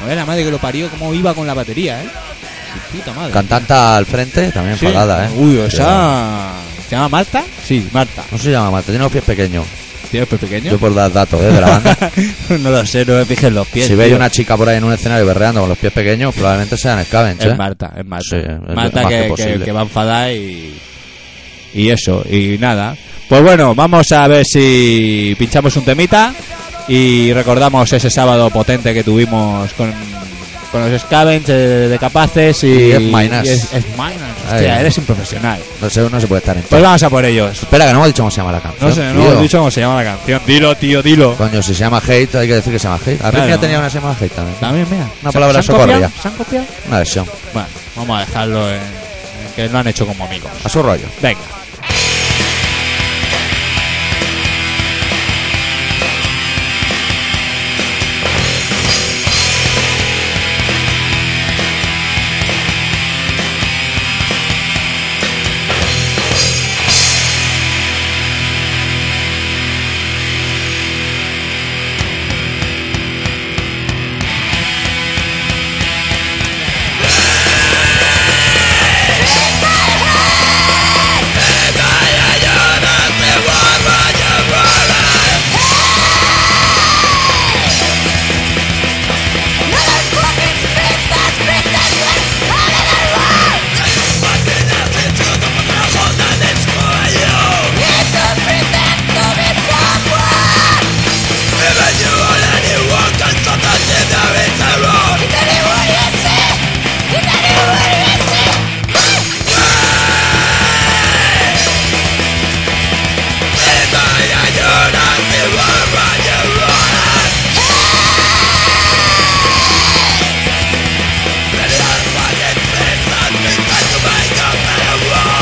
Speaker 1: a ver la madre que lo parió, cómo iba con la batería, eh. Su Puta madre.
Speaker 2: Cantante al frente, también
Speaker 1: Sí.
Speaker 2: enfadada, ¿eh?
Speaker 1: Uy, o sea, ¿se llama Marta? Sí, Marta.
Speaker 2: No se llama Marta, tiene los pies pequeños.
Speaker 1: ¿Tiene el pie pequeño?
Speaker 2: Yo por dar datos, ¿eh? De la banda.
Speaker 1: no lo sé, no me fijen los pies.
Speaker 2: si veis
Speaker 1: tío.
Speaker 2: una chica por ahí en un escenario berreando con los pies pequeños, probablemente sean Scavenge, ¿eh?
Speaker 1: Es Marta, es Marta.
Speaker 2: Sí, es
Speaker 1: Marta
Speaker 2: más que
Speaker 1: que, que-
Speaker 2: posible.
Speaker 1: que va a enfadar y, y eso, y nada. Pues bueno, vamos a ver si pinchamos un temita y recordamos ese sábado potente que tuvimos con, con los Scavenge eh, de Capaces y...
Speaker 2: Y es Mainas.
Speaker 1: y es- es Mainas. Hostia,
Speaker 2: Ay.
Speaker 1: eres un profesional.
Speaker 2: No sé, no se puede estar en paz.
Speaker 1: Pues vamos a por ellos.
Speaker 2: Espera, que no hemos dicho cómo se llama la canción.
Speaker 1: No sé, no
Speaker 2: tío.
Speaker 1: hemos dicho cómo se llama la canción. Dilo, tío, dilo.
Speaker 2: Coño, si se llama Hate, hay que decir que se llama Hate. A
Speaker 1: Claro.
Speaker 2: Rigia tenía una que se llama Hate también.
Speaker 1: También, mira.
Speaker 2: Una
Speaker 1: ¿Se-
Speaker 2: palabra
Speaker 1: ¿se han copiado?
Speaker 2: socorrida.
Speaker 1: ¿Se han copiado?
Speaker 2: Una versión.
Speaker 1: Bueno, vamos a dejarlo en, en que lo han hecho como amigos.
Speaker 2: A su rollo.
Speaker 1: Venga. Que no está enfadada. Mira si está enfadada.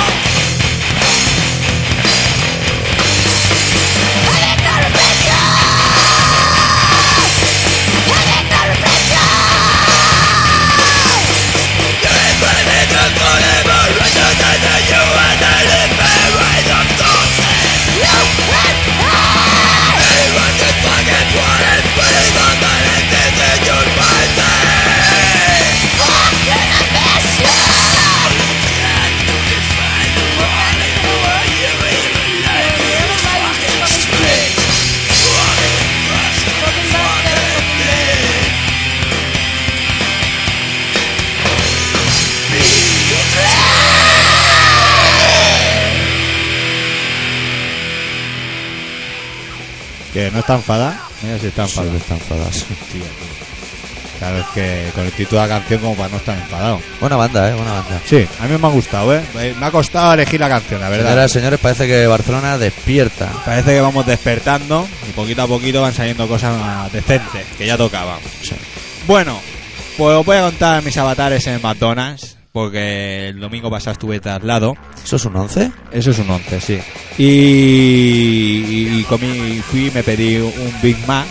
Speaker 2: Sí, está enfadada, sí.
Speaker 1: Tío, tío. Claro, es que con el título de la canción como para no estar enfadado.
Speaker 2: Buena banda, eh, buena banda.
Speaker 1: Sí, a mí me ha gustado, ¿eh? Eh, Me ha costado elegir la canción, la verdad.
Speaker 2: Señoras y señores, parece que Barcelona despierta.
Speaker 1: Parece que vamos despertando y poquito a poquito van saliendo cosas más decentes, que ya tocaban. Bueno, pues os voy a contar mis avatares en McDonald's, porque el domingo pasado estuve traslado.
Speaker 2: ¿Eso es un 11?
Speaker 1: Eso es un 11, sí. Y, y comí, fui y me pedí un Big Mac,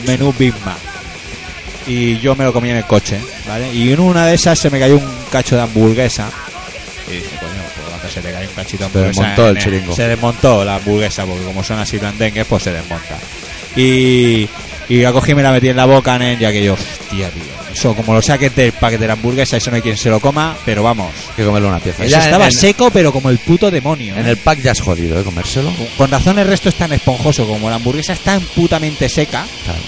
Speaker 1: un menú Big Mac. Y yo me lo comí en el coche, ¿vale? Y en una de esas se me cayó un cacho de hamburguesa. Y dije, coño, pues cuando se te cae un cachito de
Speaker 2: Se
Speaker 1: hamburguesa.
Speaker 2: desmontó
Speaker 1: en
Speaker 2: el chiringo.
Speaker 1: Se desmontó la hamburguesa, porque como son así blandengues, pues se desmonta. Y, y la cogí y me la metí en la boca, nen, ya que yo, hostia, tío. Eso, como lo saques del paquete de la hamburguesa, eso no hay quien se lo coma, pero vamos.
Speaker 2: Hay que comerle una pieza.
Speaker 1: Eso
Speaker 2: Ya en-
Speaker 1: estaba
Speaker 2: en,
Speaker 1: seco, pero como el puto demonio.
Speaker 2: en
Speaker 1: ¿eh?
Speaker 2: el pack ya es jodido, ¿eh? Comérselo.
Speaker 1: Con- Con razón el resto es tan esponjoso, como la hamburguesa es tan putamente seca,
Speaker 2: Claro.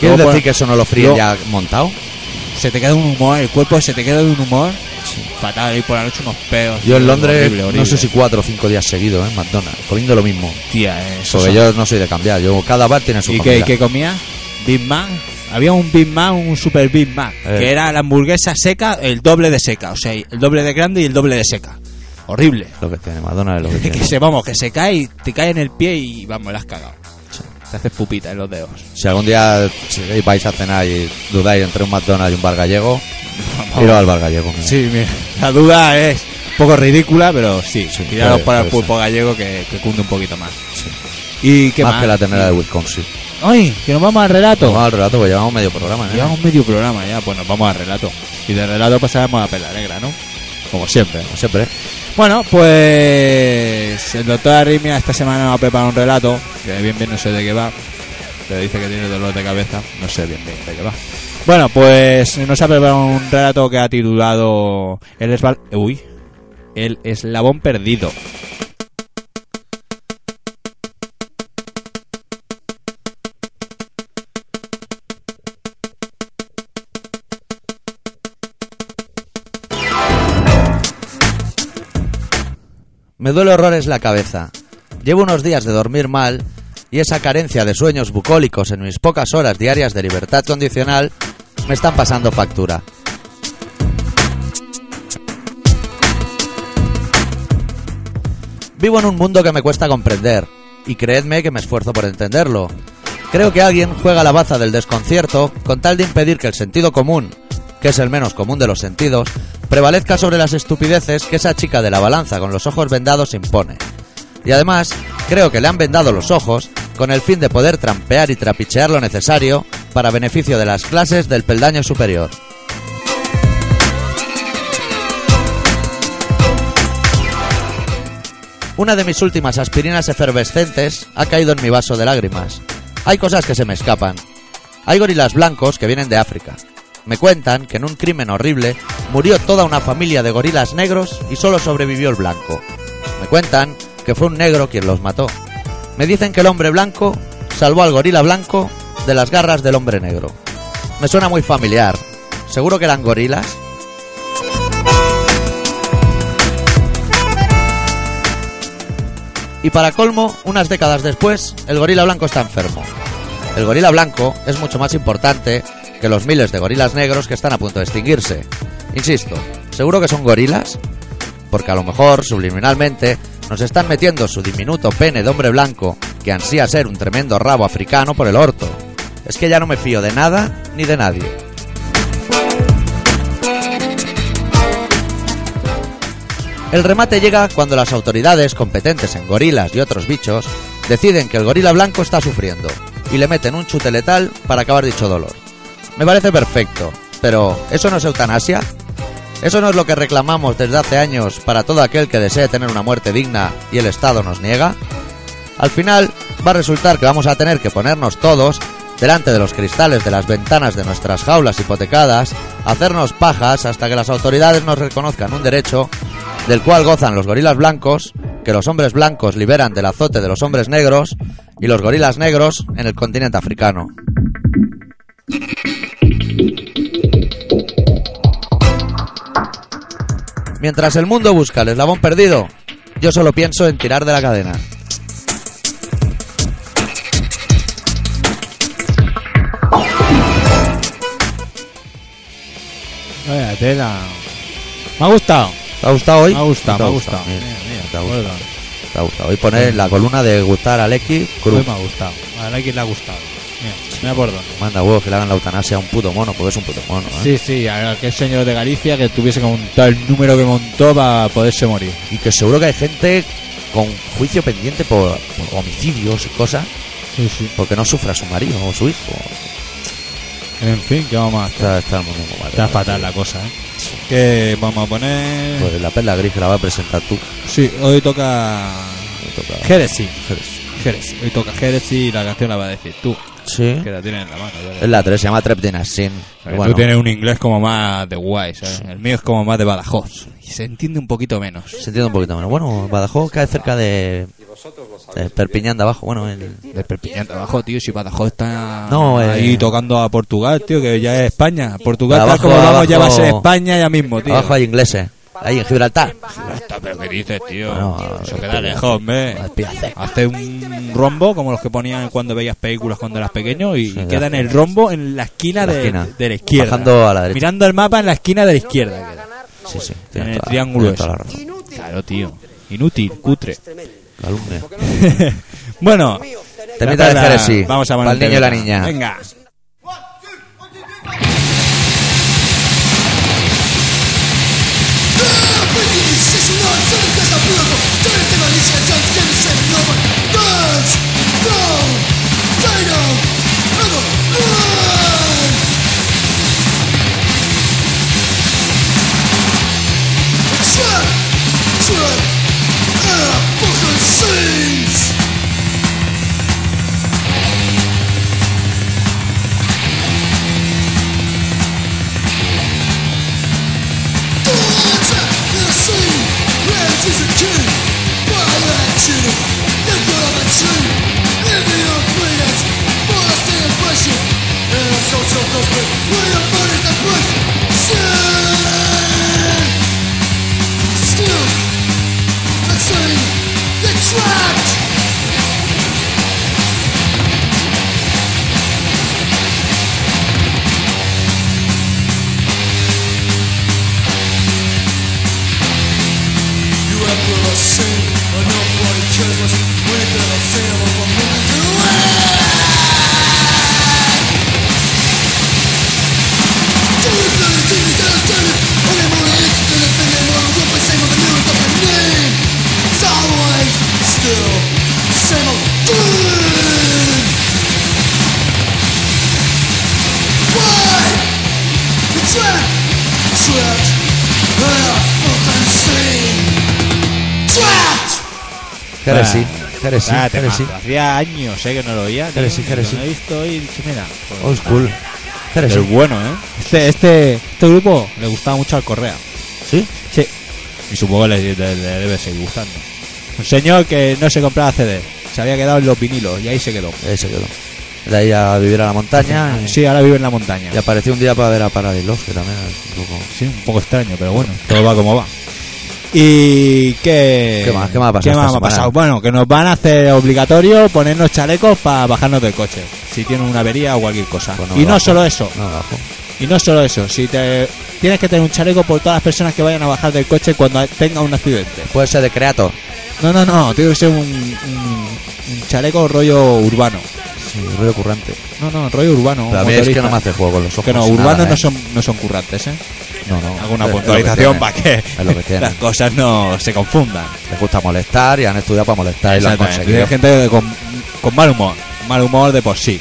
Speaker 2: ¿Quieres
Speaker 1: Luego,
Speaker 2: decir
Speaker 1: pues,
Speaker 2: que eso no lo fríen
Speaker 1: luego-
Speaker 2: ya montado?
Speaker 1: se te queda un humor, el cuerpo se te queda de un humor fatal y por la noche unos peos.
Speaker 2: Yo en
Speaker 1: tío,
Speaker 2: Londres,
Speaker 1: horrible, horrible.
Speaker 2: no sé si cuatro o cinco días seguidos, ¿eh? McDonald's, comiendo lo mismo.
Speaker 1: Tía, eso
Speaker 2: Porque
Speaker 1: son-
Speaker 2: yo no soy de cambiar, yo cada bar tiene eh, su
Speaker 1: ¿Y
Speaker 2: comida.
Speaker 1: qué, qué comía? Big Mac. Había un Big Mac, un Super Big Mac,
Speaker 2: Eh.
Speaker 1: que era la hamburguesa seca, el doble de seca, o sea, el doble de grande y el doble de seca. Horrible.
Speaker 2: Lo que tiene, McDonald's es lo que
Speaker 1: Que
Speaker 2: tiene.
Speaker 1: se, vamos, que se cae y te cae en el pie y vamos, la has cagado. Te haces pupita en los dedos.
Speaker 2: Si algún día si vais a cenar y dudáis entre un McDonald's y un bar gallego, tiro al bar gallego. mira.
Speaker 1: Ah. Sí, mira, la duda es un poco ridícula, pero sí,
Speaker 2: Sí,
Speaker 1: tiraros
Speaker 2: puede-
Speaker 1: para el
Speaker 2: puede
Speaker 1: pulpo gallego que, que cunde un poquito más.
Speaker 2: Sí.
Speaker 1: ¿Y qué
Speaker 2: más,
Speaker 1: más?
Speaker 2: que la ternera de Wisconsin.
Speaker 1: ¡Ay! Que nos vamos al relato.
Speaker 2: Vamos al relato, porque llevamos medio programa, ¿eh?
Speaker 1: Llevamos medio programa ya, pues nos vamos al relato. Y de relato pasaremos a Perla Negra, ¿no? Como siempre.
Speaker 2: Como siempre.
Speaker 1: Bueno, pues el doctor Arrimia esta semana nos ha preparado un relato, que bien bien no sé de qué va, pero dice que tiene dolor de cabeza, no sé bien bien de qué va. Bueno, pues nos ha preparado un relato que ha titulado El esval... Uy, El eslabón perdido.
Speaker 2: Me duele horrores la cabeza. Llevo unos días de dormir mal y esa carencia de sueños bucólicos en mis pocas horas diarias de libertad condicional me están pasando factura. Vivo en un mundo que me cuesta comprender y creedme que me esfuerzo por entenderlo. Creo que alguien juega la baza del desconcierto con tal de impedir que el sentido común, que es el menos común de los sentidos, prevalezca sobre las estupideces que esa chica de la balanza con los ojos vendados impone. Y además, creo que le han vendado los ojos con el fin de poder trampear y trapichear lo necesario para beneficio de las clases del peldaño superior. Una de mis últimas aspirinas efervescentes ha caído en mi vaso de lágrimas. Hay cosas que se me escapan. Hay gorilas blancos que vienen de África. Me cuentan que en un crimen horrible murió toda una familia de gorilas negros y solo sobrevivió el blanco. Me cuentan que fue un negro quien los mató. Me dicen que el hombre blanco salvó al gorila blanco de las garras del hombre negro. Me suena muy familiar. Seguro que eran gorilas. Y para colmo, unas décadas después, el gorila blanco está enfermo. El gorila blanco es mucho más importante que los miles de gorilas negros que están a punto de extinguirse. Insisto, seguro que son gorilas, porque a lo mejor, subliminalmente, nos están metiendo su diminuto pene de hombre blanco, que ansía ser un tremendo rabo africano por el orto. Es que ya no me fío de nada ni de nadie. El remate llega cuando las autoridades competentes en gorilas y otros bichos deciden que el gorila blanco está sufriendo y le meten un chute letal para acabar dicho dolor. Me parece perfecto, pero ¿eso no es eutanasia? ¿Eso no es lo que reclamamos desde hace años para todo aquel que desee tener una muerte digna y el Estado nos niega? Al final va a resultar que vamos a tener que ponernos todos delante de los cristales de las ventanas de nuestras jaulas hipotecadas, hacernos pajas hasta que las autoridades nos reconozcan un derecho del cual gozan los gorilas blancos, que los hombres blancos liberan del azote de los hombres negros y los gorilas negros en el continente africano. Mientras el mundo busca el eslabón perdido, yo solo pienso en tirar de la cadena.
Speaker 1: tela. Me ha gustado.
Speaker 2: ¿Te ha gustado hoy?
Speaker 1: Me ha gustado,
Speaker 2: Te
Speaker 1: me ha gustado.
Speaker 2: Mira,
Speaker 1: Mira, mira,
Speaker 2: te ha
Speaker 1: bueno,
Speaker 2: gustado. Te ha gustado. Hoy poner en la columna de gustar a X
Speaker 1: hoy
Speaker 2: Cruz.
Speaker 1: me ha gustado. A la X le ha gustado. Mira, mira por dónde.
Speaker 2: Manda huevos que le hagan la eutanasia a un puto mono, porque es un puto mono. ¿eh?
Speaker 1: Sí, sí, a aquel señor de Galicia que tuviese que montar el número que montó para poderse morir.
Speaker 2: Y que seguro que hay gente con juicio pendiente por, por homicidios y cosas,
Speaker 1: Sí, sí.
Speaker 2: porque no sufra su marido o su hijo.
Speaker 1: En fin, que vamos a hacer?
Speaker 2: Está, está el mundo muy mal.
Speaker 1: Está fatal la cosa, ¿eh? Que vamos a poner...
Speaker 2: Pues la perla gris que la va a presentar tú.
Speaker 1: Sí, hoy toca...
Speaker 2: Me toca-
Speaker 1: Jerezi. Jerezi. Hoy toca Jerezi y la canción la va a decir tú,
Speaker 2: Sí.
Speaker 1: que la tienes en la mano. ya
Speaker 2: Es la 3, se llama Trap Dinner Sin.
Speaker 1: Porque Tú tienes un inglés como más de guay, ¿sabes? El mío es como más de Badajoz. Y se entiende un poquito menos.
Speaker 2: Se entiende un poquito menos. Bueno, Badajoz cae cerca de, de Perpiñán de abajo. Bueno, el-
Speaker 1: De Perpiñán de abajo, tío. Si Badajoz está
Speaker 2: No, eh.
Speaker 1: ahí tocando a Portugal, tío, que ya es España. Portugal,
Speaker 2: Pero
Speaker 1: tal como
Speaker 2: abajo,
Speaker 1: vamos, ya va a ser
Speaker 2: abajo-
Speaker 1: España ya mismo, tío.
Speaker 2: abajo hay ingleses. Ahí en Gibraltar.
Speaker 1: Está, pero ¿qué dices, tío?
Speaker 2: Bueno, eh,
Speaker 1: Eso queda lejos, hombre. Hace un rombo como los que ponían cuando veías películas cuando eras pequeño y queda en el rombo en la esquina,
Speaker 2: La
Speaker 1: de,
Speaker 2: esquina.
Speaker 1: de la izquierda.
Speaker 2: Bajando a la derecha.
Speaker 1: Mirando el mapa en la esquina de la izquierda. queda.
Speaker 2: Sí, sí.
Speaker 1: En
Speaker 2: tienes
Speaker 1: el
Speaker 2: toda-
Speaker 1: triángulo
Speaker 2: tienes toda la
Speaker 1: ese.
Speaker 2: razón.
Speaker 1: Claro, tío. Inútil, cutre.
Speaker 2: La lumbre.
Speaker 1: bueno,
Speaker 2: Temita de
Speaker 1: la-
Speaker 2: Jerez,
Speaker 1: Vamos a poner
Speaker 2: Para el
Speaker 1: un
Speaker 2: niño y la
Speaker 1: tema.
Speaker 2: niña.
Speaker 1: Venga.
Speaker 3: Scenes! Trapped! You have put us sin, and nobody cares us. We're gonna fail if I'm moving through it. Doing dirty things that are dirty. Only wanna answer to the thing they wanna do, but same old lyrics of my name. It's always still same old thing. Why? You're trapped, trapped in a fucking scene. Trapped.
Speaker 2: Jerez, Jerez,
Speaker 1: Ah,
Speaker 2: Jerez.
Speaker 1: temazo. Hacía años eh, que no lo oía. tío.
Speaker 2: Jerez, Jerez.
Speaker 1: Lo he visto y se mira. pues,
Speaker 2: Old school. Jerez.
Speaker 1: es bueno, ¿eh? Este, este, este grupo le gustaba mucho al Correa.
Speaker 2: ¿Sí?
Speaker 1: Sí. Y supongo que le, le- le debe seguir gustando. Un señor que no se compraba CD. Se había quedado en los vinilos y ahí se quedó.
Speaker 2: Ahí se quedó. De ahí a vivir a la montaña. Y,
Speaker 1: Sí, ahora vive en la montaña.
Speaker 2: y apareció un día para ver a Paradilos, que también es un poco.
Speaker 1: Sí, un poco extraño, pero bueno, todo va como va. ¿Y qué,
Speaker 2: ¿Qué más? ¿Qué más ha pasado
Speaker 1: ¿Qué
Speaker 2: esta
Speaker 1: más ha
Speaker 2: semana?
Speaker 1: pasado? Bueno, que nos van a hacer obligatorio ponernos chalecos para bajarnos del coche, si tienen una avería o cualquier cosa.
Speaker 2: Pues no
Speaker 1: y
Speaker 2: me
Speaker 1: no
Speaker 2: bajo.
Speaker 1: solo eso,
Speaker 2: No, abajo.
Speaker 1: y no solo eso, si te tienes que tener un chaleco por todas las personas que vayan a bajar del coche cuando tenga un accidente.
Speaker 2: Puede ser de Creator.
Speaker 1: No, no, no, tiene que ser un, un- un chaleco rollo urbano.
Speaker 2: Sí, ruido currante.
Speaker 1: No, no, rollo urbano.
Speaker 2: Pero a mí es que
Speaker 1: motorista.
Speaker 2: no me hace juego con los ojos.
Speaker 1: Que no,
Speaker 2: nada,
Speaker 1: urbanos
Speaker 2: ¿eh?
Speaker 1: no son, no son currantes, ¿eh?
Speaker 2: No,
Speaker 1: Alguna
Speaker 2: no. Es- es lo que
Speaker 1: puntualización
Speaker 2: tiene.
Speaker 1: para que
Speaker 2: Es lo que tiene.
Speaker 1: las cosas no se confundan.
Speaker 2: Les gusta molestar y han estudiado para molestar y lo han
Speaker 1: Exactamente. Tiene
Speaker 2: conseguido.
Speaker 1: gente con, con mal humor, mal humor de por sí.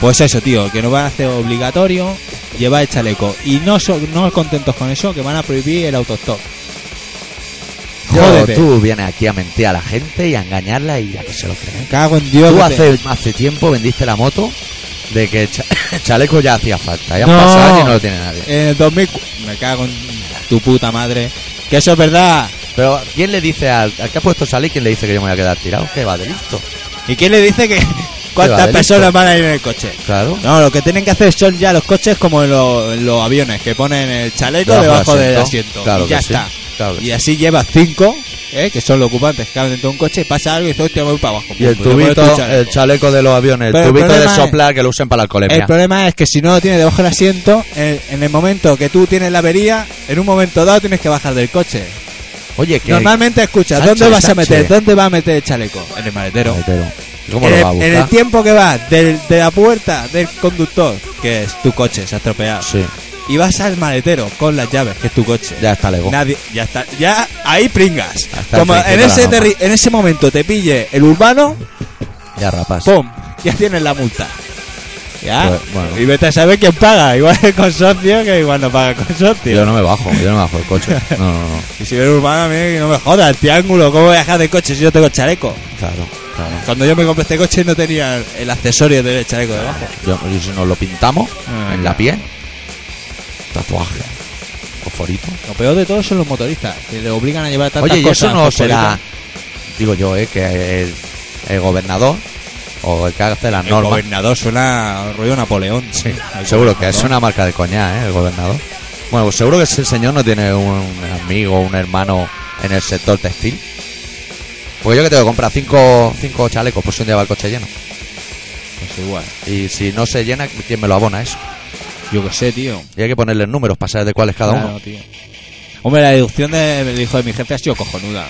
Speaker 1: Pues eso, tío, que nos van a hacer obligatorio llevar el chaleco. Y no so- no contentos con eso, que van a prohibir el autostop.
Speaker 2: Yo,
Speaker 1: Jódete.
Speaker 2: tú vienes aquí a mentir a la gente y a engañarla y a que se lo
Speaker 1: Me
Speaker 2: crean.
Speaker 1: cago en Dios.
Speaker 2: Tú
Speaker 1: que te-
Speaker 2: hace, hace tiempo vendiste la moto de que cha- chaleco ya hacía falta. Ya han
Speaker 1: No.
Speaker 2: pasado años y no lo tiene nadie.
Speaker 1: En el 2000... Me cago en tu puta madre. Que eso es verdad.
Speaker 2: Pero ¿quién le dice al, al que ha puesto salir? ¿Quién le dice que yo me voy a quedar tirado? Que va de listo.
Speaker 1: ¿Y quién le dice que
Speaker 2: va,
Speaker 1: cuántas
Speaker 2: de
Speaker 1: personas
Speaker 2: listo.
Speaker 1: van a ir en el coche?
Speaker 2: Claro.
Speaker 1: No, lo que tienen que hacer son ya los coches como en lo- en los aviones, que ponen el chaleco
Speaker 2: Debajo del
Speaker 1: debajo del
Speaker 2: asiento.
Speaker 1: asiento.
Speaker 2: Claro
Speaker 1: y ya
Speaker 2: que sí.
Speaker 1: está.
Speaker 2: Claro que
Speaker 1: Y
Speaker 2: sí.
Speaker 1: así llevas cinco, ¿eh? que son los ocupantes que caben dentro de un coche, y pasa algo y dices, hostia, voy para abajo.
Speaker 2: Y el
Speaker 1: Pues te pones tu
Speaker 2: tubito,
Speaker 1: chaleco.
Speaker 2: el chaleco de los aviones,
Speaker 1: Pero
Speaker 2: el
Speaker 1: el
Speaker 2: tubito de
Speaker 1: problema es-
Speaker 2: soplar que lo usen para la alcoholemia.
Speaker 1: El problema es que si no lo tienes debajo del asiento, en, en el momento que tú tienes la avería, en un momento dado tienes que bajar del coche.
Speaker 2: Oye, que.
Speaker 1: Normalmente escuchas,
Speaker 2: Sánchez,
Speaker 1: ¿dónde vas a
Speaker 2: Sánchez.
Speaker 1: meter? ¿Dónde vas a meter el chaleco? En el maletero.
Speaker 2: Maletero. ¿Cómo
Speaker 1: en,
Speaker 2: lo
Speaker 1: el,
Speaker 2: va a buscar?
Speaker 1: en el tiempo que vas del- de la puerta del conductor, que es tu coche, se ha estropeado,
Speaker 2: Sí,
Speaker 1: y vas al maletero con las llaves, que es tu coche.
Speaker 2: ya está lego.
Speaker 1: Nadie, ya está, ya ahí pringas.
Speaker 2: Ya está
Speaker 1: Como en
Speaker 2: infringiendo
Speaker 1: ese,
Speaker 2: la norma.
Speaker 1: terri- en ese momento te pille el urbano,
Speaker 2: Ya rapas.
Speaker 1: ¡pum! Ya tienes la multa. Ya.
Speaker 2: Pues, bueno.
Speaker 1: Y vete a saber quién paga. Igual el consorcio, que igual no paga el consorcio.
Speaker 2: Yo no me bajo, yo no me bajo el coche. No, no, no.
Speaker 1: Y si ven urbano, mira que no me jodas, el triángulo, ¿cómo voy a dejar de coche si yo tengo el chaleco?
Speaker 2: Claro, claro.
Speaker 1: Cuando yo me compré este coche no tenía el accesorio del chaleco debajo.
Speaker 2: Yo, y si nos lo pintamos
Speaker 1: Ah,
Speaker 2: en
Speaker 1: ya.
Speaker 2: la piel, tatuaje, fosforito.
Speaker 1: Lo peor de todo son los motoristas, que le obligan a llevar tantas
Speaker 2: Oye, y
Speaker 1: cosas.
Speaker 2: eso no
Speaker 1: fosforito.
Speaker 2: será. Digo yo, eh, que el, el gobernador o el que hace las
Speaker 1: El
Speaker 2: normas.
Speaker 1: gobernador suena rollo Napoleón. Sí,
Speaker 2: Seguro que es una marca de coña, ¿eh? El gobernador. Bueno, pues seguro que ese señor no tiene un amigo, un hermano en el sector textil. Porque yo que tengo que comprar cinco, cinco chalecos por si un día va el coche lleno.
Speaker 1: Pues igual.
Speaker 2: Y si no se llena, ¿quién me lo abona eso?
Speaker 1: Yo qué sé, tío.
Speaker 2: Y hay que ponerle números para saber de cuál es cada
Speaker 1: Claro,
Speaker 2: uno.
Speaker 1: tío. Hombre, la deducción de- del hijo de mi jefe ha sido cojonuda.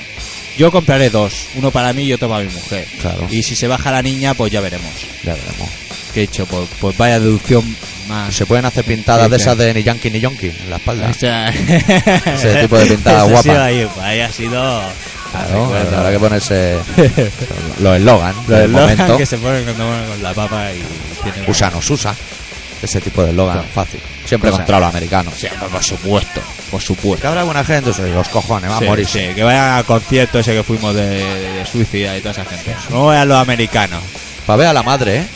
Speaker 1: Yo compraré dos, uno para mí y otro para mi mujer.
Speaker 2: Claro.
Speaker 1: Y si se baja la niña, pues ya veremos.
Speaker 2: Ya veremos.
Speaker 1: Que he hecho, pues, pues vaya deducción más.
Speaker 2: Se pueden hacer pintadas
Speaker 1: Sí,
Speaker 2: de
Speaker 1: claro.
Speaker 2: esas de ni yankee ni yonki en la espalda.
Speaker 1: O sea,
Speaker 2: Ese tipo de pintada
Speaker 1: eso
Speaker 2: guapa.
Speaker 1: Ha sido ahí, pues, ahí ha sido.
Speaker 2: Claro,
Speaker 1: Recuerdo.
Speaker 2: habrá que ponerse los eslogan
Speaker 1: Los
Speaker 2: del
Speaker 1: eslogan
Speaker 2: momento.
Speaker 1: que se ponen cuando van con la papa y tienen.
Speaker 2: Usanos usa. Ese tipo de eslogan
Speaker 1: Claro.
Speaker 2: fácil. Siempre
Speaker 1: Cosa-
Speaker 2: contra los americanos.
Speaker 1: Sí, hombre, por supuesto, por
Speaker 2: Que
Speaker 1: supuesto.
Speaker 2: habrá buena gente, eso, y los cojones, va
Speaker 1: Sí,
Speaker 2: a morir.
Speaker 1: sí, que vayan al concierto ese que fuimos de, de Suicida y toda esa gente. No vean los americanos.
Speaker 2: Para ver a la madre, ¿eh?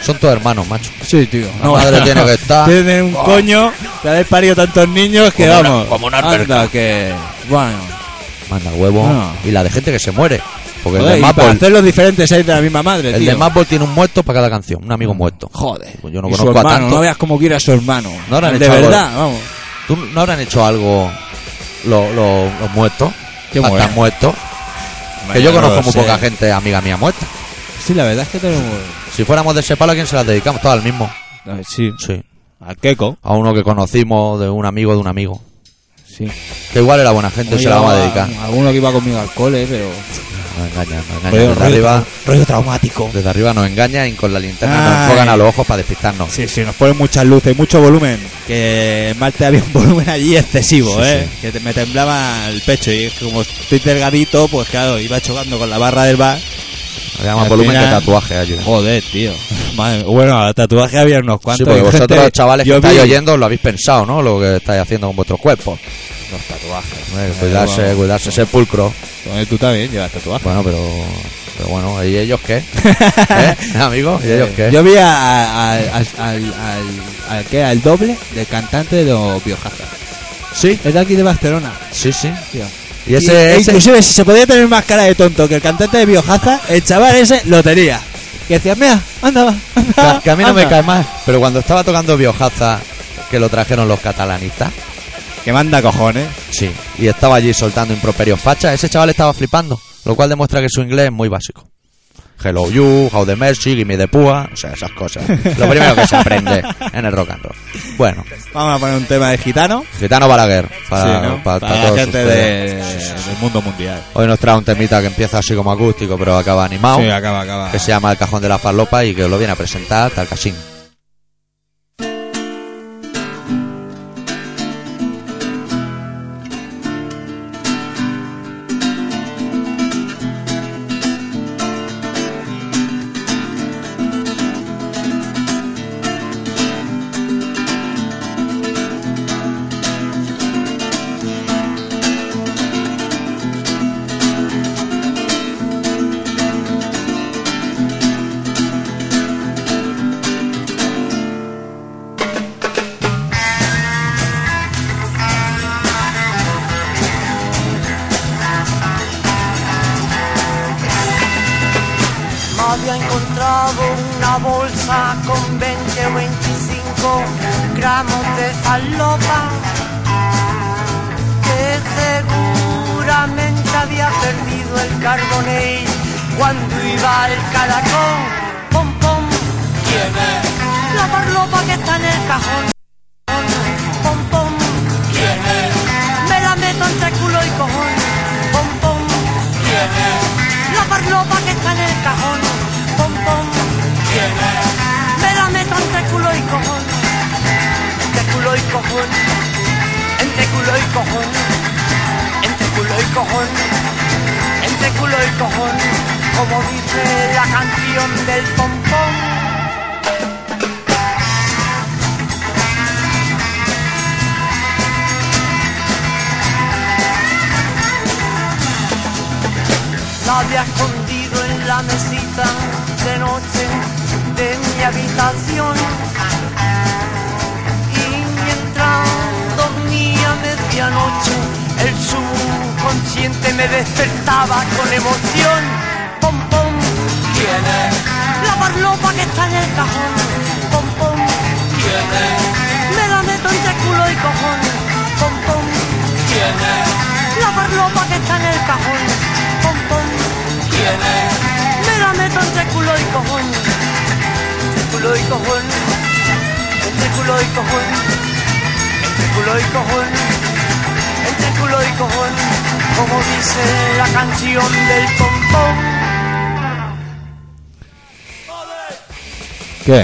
Speaker 2: Son todos hermanos, macho.
Speaker 1: Sí, tío.
Speaker 2: La madre tiene que estar- Oh.
Speaker 1: Tiene un
Speaker 2: Buah.
Speaker 1: coño. Te habéis parido tantos niños que
Speaker 2: Como una-
Speaker 1: vamos.
Speaker 2: como una
Speaker 1: Anda,
Speaker 2: alberca.
Speaker 1: que. Bueno.
Speaker 2: Manda huevo.
Speaker 1: No.
Speaker 2: Y la de gente que se muere. Porque
Speaker 1: Ah. Joder,
Speaker 2: Pues el de
Speaker 1: y para
Speaker 2: Mapple,
Speaker 1: hacerlos diferentes seis de la misma madre,
Speaker 2: el
Speaker 1: tío.
Speaker 2: de Mapple tiene un muerto para cada canción. Un amigo muerto.
Speaker 1: Joder.
Speaker 2: Pues yo no
Speaker 1: Y su
Speaker 2: conozco a
Speaker 1: hermano,
Speaker 2: tanto.
Speaker 1: No veas cómo quiere a su hermano.
Speaker 2: No habrán
Speaker 1: El de
Speaker 2: hecho algo.
Speaker 1: verdad, vamos.
Speaker 2: ¿Tú no habrán hecho algo lo- lo- los muertos?
Speaker 1: Qué
Speaker 2: Hasta
Speaker 1: bueno.
Speaker 2: muertos. Que
Speaker 1: Vaya,
Speaker 2: yo
Speaker 1: no
Speaker 2: conozco
Speaker 1: lo
Speaker 2: muy
Speaker 1: sé.
Speaker 2: poca gente amiga mía muerta.
Speaker 1: Sí, la verdad es que tenemos.
Speaker 2: Si fuéramos de ese palo, ¿a quién se las dedicamos? Todo al mismo.
Speaker 1: Ay, Sí.
Speaker 2: Ah, Sí.
Speaker 1: Al Keiko.
Speaker 2: A uno que conocimos, de un amigo, de un amigo.
Speaker 1: Sí.
Speaker 2: Que igual era buena gente, se la vamos a dedicar.
Speaker 1: Alguno que iba conmigo al cole, pero.
Speaker 2: No engaña, no engaña.
Speaker 1: Rollo-
Speaker 2: desde,
Speaker 1: rollo
Speaker 2: arriba,
Speaker 1: trau- rollo traumático.
Speaker 2: desde arriba nos engañan y con la linterna nos
Speaker 1: Ay.
Speaker 2: enfocan a los ojos para despistarnos.
Speaker 1: Sí, sí, nos ponen muchas luces, mucho volumen. Que en Marte había un volumen allí excesivo,
Speaker 2: Sí,
Speaker 1: ¿eh? Que te- me temblaba el pecho. Y es que como estoy delgadito, pues claro, iba chocando con la barra del bar.
Speaker 2: Había más
Speaker 1: Al
Speaker 2: volumen
Speaker 1: final-
Speaker 2: que tatuaje allí.
Speaker 1: Joder, tío. Madre- bueno, tatuajes había unos
Speaker 2: Sí,
Speaker 1: cuantos.
Speaker 2: porque
Speaker 1: Y
Speaker 2: vosotros,
Speaker 1: gente-
Speaker 2: chavales
Speaker 1: yo
Speaker 2: que estáis
Speaker 1: vi
Speaker 2: oyendo, lo habéis pensado, ¿no? Lo que estáis haciendo con vuestros cuerpos.
Speaker 1: Los tatuajes.
Speaker 2: Eh,
Speaker 1: Eh,
Speaker 2: cuidarse,
Speaker 1: bueno,
Speaker 2: cuidarse, ser pulcro.
Speaker 1: bueno, Tú también llevas tatuajes.
Speaker 2: Bueno, pero, pero bueno, ¿y ellos qué? ¿Eh? ¿Amigos? ¿Y ellos qué?
Speaker 1: Yo vi a, a- a- al, al, al, al que al doble del cantante de los Biohazard.
Speaker 2: Sí,
Speaker 1: Es de aquí de Barcelona,
Speaker 2: sí, sí.
Speaker 1: tío.
Speaker 2: Y ese,
Speaker 1: e
Speaker 2: ese-
Speaker 1: Inclusive, si se podía tener más cara de tonto que el cantante de Biohazard, el chaval ese lo tenía. Y decía, mira, anda, va, anda.
Speaker 2: que, que a mí no me
Speaker 1: anda".
Speaker 2: cae mal, pero cuando estaba tocando Biojaza, que lo trajeron los catalanistas,
Speaker 1: Que manda cojones.
Speaker 2: sí, y estaba allí soltando improperios fachas, ese chaval estaba flipando, lo cual demuestra que su inglés es muy básico. Hello you, how the mercy, give me the púa, o sea, esas cosas. Lo primero que se aprende en el rock and roll. Bueno,
Speaker 1: Vamos a poner un tema de gitano.
Speaker 2: Gitano Balaguer, para,
Speaker 1: Sí, ¿no?
Speaker 2: para- para
Speaker 1: Para la
Speaker 2: todos
Speaker 1: gente
Speaker 2: ustedes.
Speaker 1: de- del mundo mundial.
Speaker 2: Hoy nos trae un temita que empieza así como acústico, pero acaba animado,
Speaker 1: Sí, acaba, acaba.
Speaker 2: que se llama El Cajón de la Farlopa y que lo viene a presentar Talcasín.
Speaker 5: Había encontrado una bolsa con 20 o 25 gramos de falopa que se seguramente había perdido el carbonell cuando iba al calacón. Pom, pom, ¿quién es? La farlopa que está en el cajón. Pom, pom, ¿quién es? Me la meto entre culo y cojón. Pom, pom, ¿quién es? La farlopa que está en el cajón. Pom, pom, ¿quién es? Me la meto entre culo y cojón. Entre culo y cojón. Entre culo y cojón. Entre culo y cojón. Entre culo y cojón. Como dice la canción del pompón. La había escondido en la mesita de noche de mi habitación. Y mientras dormía a medianoche, el subconsciente me despertaba con emoción. Pom, pom, ¿quién es? La barlopa que está en el cajón. Pom, pom, ¿quién es? Me la meto entre culo y cojón. Pom, pom, ¿quién es? La barlopa que está en el cajón. Pom, pom, ¿quién es? Me la meto entre culo y cojón. Entre culo y cojón entre culo y cojón, entre culo y cojón, entre culo y cojón, como dice la canción del pompón.
Speaker 1: ¿Qué?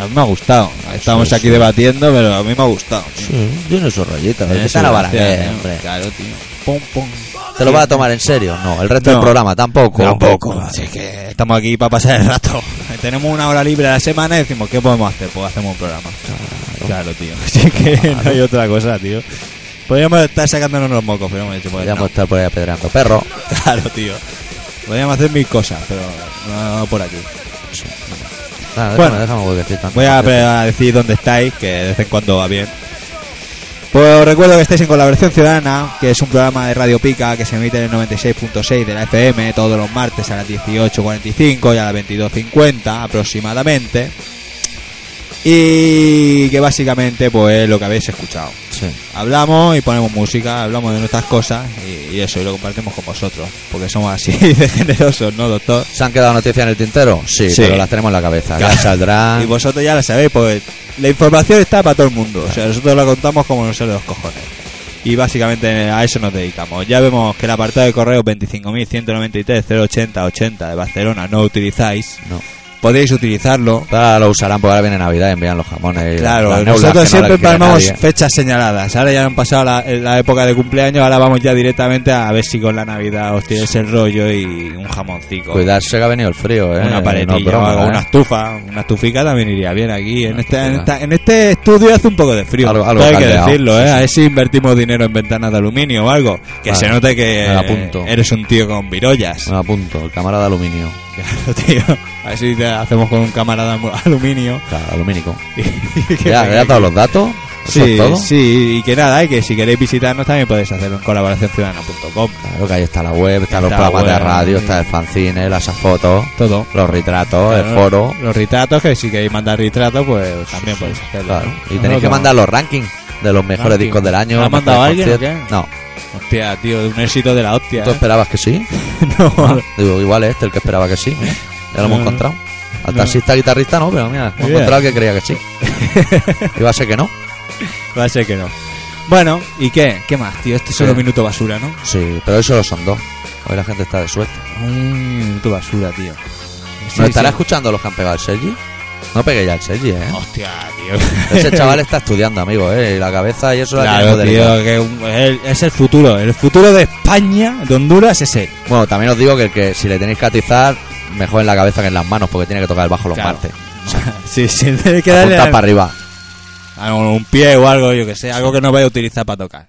Speaker 1: A mí me ha gustado. Estamos
Speaker 2: Sí,
Speaker 1: aquí
Speaker 2: sí.
Speaker 1: debatiendo, pero a mí me ha gustado.
Speaker 2: Sí, tiene sus rayitas. ¿qué
Speaker 1: Eso,
Speaker 2: tal Eh, la
Speaker 1: gracias,
Speaker 2: baraquea,
Speaker 1: ¿no?
Speaker 2: hombre?
Speaker 1: Claro, tío. Pum, pum.
Speaker 2: ¿Te lo vas a tomar en serio? No, el resto
Speaker 1: No.
Speaker 2: del programa tampoco.
Speaker 1: Tampoco. Así que estamos aquí para pasar el rato. Tenemos una hora libre a la semana y decimos, ¿qué podemos hacer? Pues hacemos un programa. Claro, tío. Así que no hay otra cosa, tío. Podríamos estar sacándonos los mocos, pero hemos dicho, pues,
Speaker 2: Podríamos
Speaker 1: no.
Speaker 2: estar por ahí apedreando perro.
Speaker 1: Claro, tío. Podríamos hacer mil cosas, pero no, por aquí.
Speaker 2: Claro,
Speaker 1: Bueno.
Speaker 2: déjame, déjame porque estoy tan-
Speaker 1: Voy a, a decir dónde estáis, que de vez en cuando va bien. Pues os recuerdo que estáis en Colaboración Ciudadana, que es un programa de Radio Pica que se emite en el 96.6 de la FM todos los martes a las 18.45 y a las 22.50 aproximadamente. Y que básicamente pues es lo que habéis escuchado.
Speaker 2: Sí.
Speaker 1: Hablamos y ponemos música, hablamos de nuestras cosas y, y eso, y lo compartimos con vosotros, porque somos así de generosos, ¿no, doctor?
Speaker 2: ¿Se han quedado noticias en el tintero? Sí,
Speaker 1: Sí.
Speaker 2: pero las tenemos en la cabeza.
Speaker 1: Claro.
Speaker 2: Ya saldrán.
Speaker 1: Y vosotros ya la sabéis, pues la información está para todo el mundo. O sea, nosotros la contamos como nos sale de los cojones. Y básicamente a eso nos dedicamos. Ya vemos que el apartado de correo 25.193.080.80 de Barcelona no utilizáis.
Speaker 2: No.
Speaker 1: Podéis utilizarlo.
Speaker 2: Ahora lo usarán porque ahora viene Navidad y envían los jamones. y
Speaker 1: Claro,
Speaker 2: las neulas que no
Speaker 1: nosotros
Speaker 2: las
Speaker 1: siempre
Speaker 2: quiere
Speaker 1: palmamos
Speaker 2: nadie.
Speaker 1: fechas señaladas. Ahora ya han pasado la, la época de cumpleaños, ahora vamos ya directamente a ver si con la Navidad os tienes el rollo y un jamoncico.
Speaker 2: Cuidarse que ha venido el frío, ¿eh?
Speaker 1: una
Speaker 2: No es
Speaker 1: paletilla o
Speaker 2: broma,
Speaker 1: algo,
Speaker 2: ¿eh?
Speaker 1: una estufa, una estufica también iría bien aquí. En,
Speaker 2: Una
Speaker 1: este, en,
Speaker 2: estufica.
Speaker 1: esta- en este estudio hace un poco de frío,
Speaker 2: Algo- algo
Speaker 1: todo hay que
Speaker 2: caldeado,
Speaker 1: decirlo,
Speaker 2: sí,
Speaker 1: ¿eh?
Speaker 2: sí.
Speaker 1: A ver si invertimos dinero en ventanas de aluminio o algo. Que
Speaker 2: Vale,
Speaker 1: se note que
Speaker 2: me la apunto. Ah.
Speaker 1: eres un tío con virollas.
Speaker 2: Me lo apunto, el cámara de aluminio.
Speaker 1: Claro, tío. A ver si te hacemos con un camarada mu- aluminio.
Speaker 2: Claro, alumínico.
Speaker 1: Y- y que venga
Speaker 2: ¿Ya, ¿ya has
Speaker 1: aquí.
Speaker 2: dado los datos? ¿Eso
Speaker 1: Sí,
Speaker 2: es todo?
Speaker 1: sí, y que nada, y que si queréis visitarnos también podéis hacerlo en colaboracionciudadana.com.
Speaker 2: Claro que ahí está la web, están
Speaker 1: Ahí
Speaker 2: los
Speaker 1: está la
Speaker 2: programas de
Speaker 1: web,
Speaker 2: radio,
Speaker 1: sí.
Speaker 2: está el fanzine, las fotos,
Speaker 1: Todo.
Speaker 2: los retratos, el
Speaker 1: Claro,
Speaker 2: foro.
Speaker 1: Los retratos, que si queréis mandar retratos, pues también podéis hacerlo.
Speaker 2: Claro.
Speaker 1: ¿no?
Speaker 2: Y
Speaker 1: Nosotros
Speaker 2: tenéis que mandar los rankings de los mejores
Speaker 1: Ranking.
Speaker 2: discos del año.
Speaker 1: ¿Lo ha
Speaker 2: mejores
Speaker 1: mandado alguien o
Speaker 2: conciertos. No,
Speaker 1: Hostia, tío, de un éxito de la hostia.
Speaker 2: ¿tú esperabas que sí?
Speaker 1: ¿eh? No.
Speaker 2: Digo, igual es este el que esperaba que sí.
Speaker 1: ¿Eh?
Speaker 2: mira. Ya lo hemos
Speaker 1: No, no.
Speaker 2: encontrado. Al
Speaker 1: No.
Speaker 2: taxista, guitarrista no, pero mira, hemos
Speaker 1: Yeah.
Speaker 2: encontrado al que creía que sí. Iba a ser que no.
Speaker 1: Va a ser que no. Bueno, ¿y qué? ¿Qué más, tío? Este es solo
Speaker 2: Sí.
Speaker 1: minuto basura, ¿no?
Speaker 2: Sí, pero hoy solo son dos. Hoy la gente está de suerte.
Speaker 1: minuto basura, tío.
Speaker 2: ¿Nos estará escuchando los que han pegado al Sergi? No pegué ya al Sergi, ¿eh?
Speaker 1: Hostia,
Speaker 2: Ese
Speaker 1: tío.
Speaker 2: chaval está estudiando, amigo, ¿eh? Y la cabeza y eso la tiene
Speaker 1: Claro,
Speaker 2: modelada.
Speaker 1: tío, que un- él- es el futuro. El futuro de España, de Honduras, es él.
Speaker 2: Bueno, también os digo que, el que si le tenéis que atizar, mejor en la cabeza que en las manos, porque tiene que tocar el bajo los
Speaker 1: Claro.
Speaker 2: martes.
Speaker 1: sí, sí, tiene que darle
Speaker 2: Apuntar
Speaker 1: al-
Speaker 2: para arriba.
Speaker 1: a un pie o algo, yo que sé. Algo que no vaya a utilizar para tocar.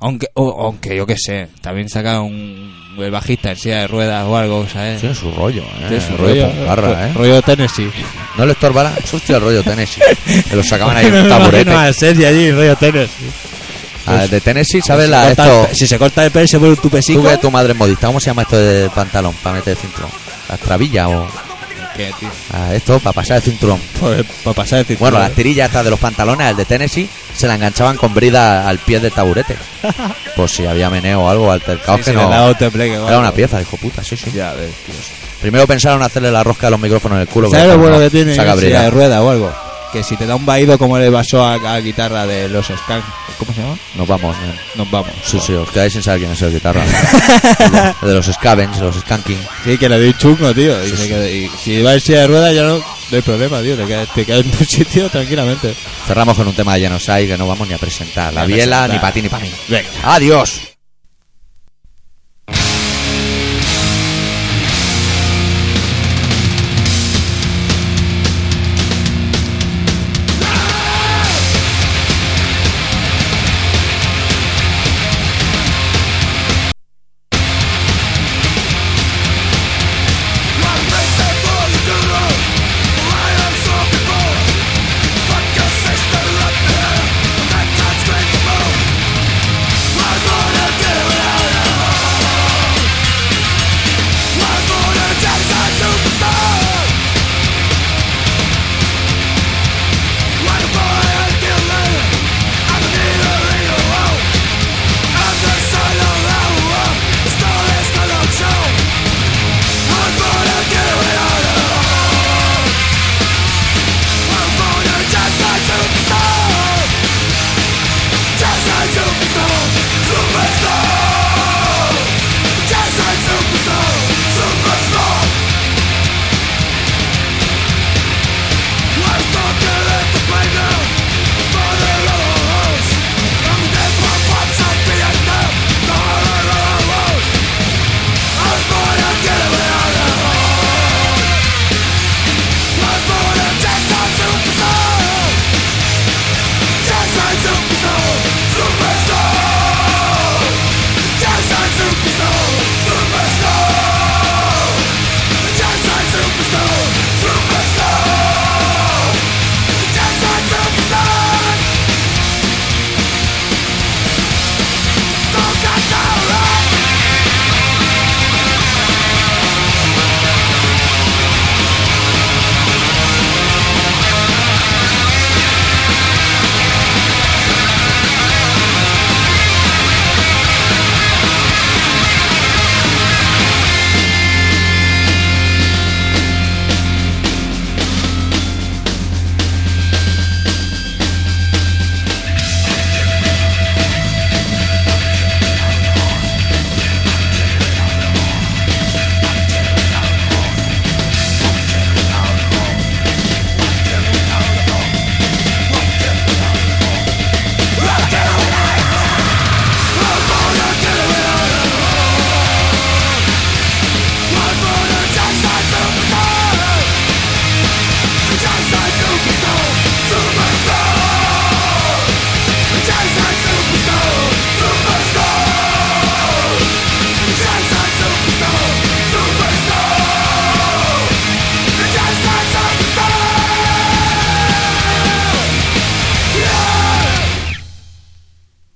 Speaker 1: Aunque, o- aunque yo que sé, también saca un el bajista en silla de ruedas o algo, ¿sabes?
Speaker 2: Tiene su rollo, ¿eh?
Speaker 1: Tiene su
Speaker 2: rollo.
Speaker 1: rollo,
Speaker 2: pungarra, ¿eh?
Speaker 1: rollo Tennessee.
Speaker 2: No le estorbará. Hostia, el rollo Tennessee. Que lo sacaban ahí
Speaker 1: Me
Speaker 2: en un
Speaker 1: imagino
Speaker 2: taburete.
Speaker 1: a Sergi allí, rollo Tennessee.
Speaker 2: Ah, de Tennessee, ¿sabes?
Speaker 1: Si
Speaker 2: La,
Speaker 1: corta el
Speaker 2: esto,
Speaker 1: pe- Si se corta el pelo se vuelve un
Speaker 2: tú
Speaker 1: tupecico.
Speaker 2: que tu madre es modista, ¿cómo se llama esto de pantalón para meter el cinturón? ¿La trabilla o...?
Speaker 1: ¿Qué, tío?
Speaker 2: Ah, esto para pasar el cinturón.
Speaker 1: Pues, para pasar el
Speaker 2: Bueno,
Speaker 1: cinturón.
Speaker 2: las tirillas estas de los pantalones, al de Tennessee, se la enganchaban con brida al pie del taburete. Por si había meneo o algo, altercado
Speaker 1: Sí,
Speaker 2: que
Speaker 1: sí,
Speaker 2: no.
Speaker 1: le da otro pliegue o
Speaker 2: Era una
Speaker 1: algo.
Speaker 2: pieza, hijo puta, sí, sí.
Speaker 1: Ya ves, tío.
Speaker 2: Primero pensaron hacerle la rosca a los micrófonos en el culo.
Speaker 1: ¿Sabes
Speaker 2: pero
Speaker 1: lo bueno
Speaker 2: no,
Speaker 1: que tiene?
Speaker 2: saca
Speaker 1: Una silla
Speaker 2: brida.
Speaker 1: de rueda o algo. Que si te da un vaído como le pasó a la guitarra de los Skank. ¿Cómo se llama?
Speaker 2: Nos vamos, eh.
Speaker 1: Nos vamos.
Speaker 2: Sí, sí, os quedáis sin saber quién es el guitarra. El de los Scavens, los Skanking.
Speaker 1: Sí, que le di un chungo, tío. Y
Speaker 2: Sí,
Speaker 1: me
Speaker 2: sí.
Speaker 1: quedé- y si vas en silla de rueda ya no, no hay problema, tío. Te quedas, te quedas en tu sitio tranquilamente.
Speaker 2: Cerramos con un tema de Genosai que no vamos ni a presentar. La
Speaker 1: Ni a
Speaker 2: biela,
Speaker 1: presentar.
Speaker 2: ni para ti, ni para mí.
Speaker 1: Venga.
Speaker 2: ¡Adiós!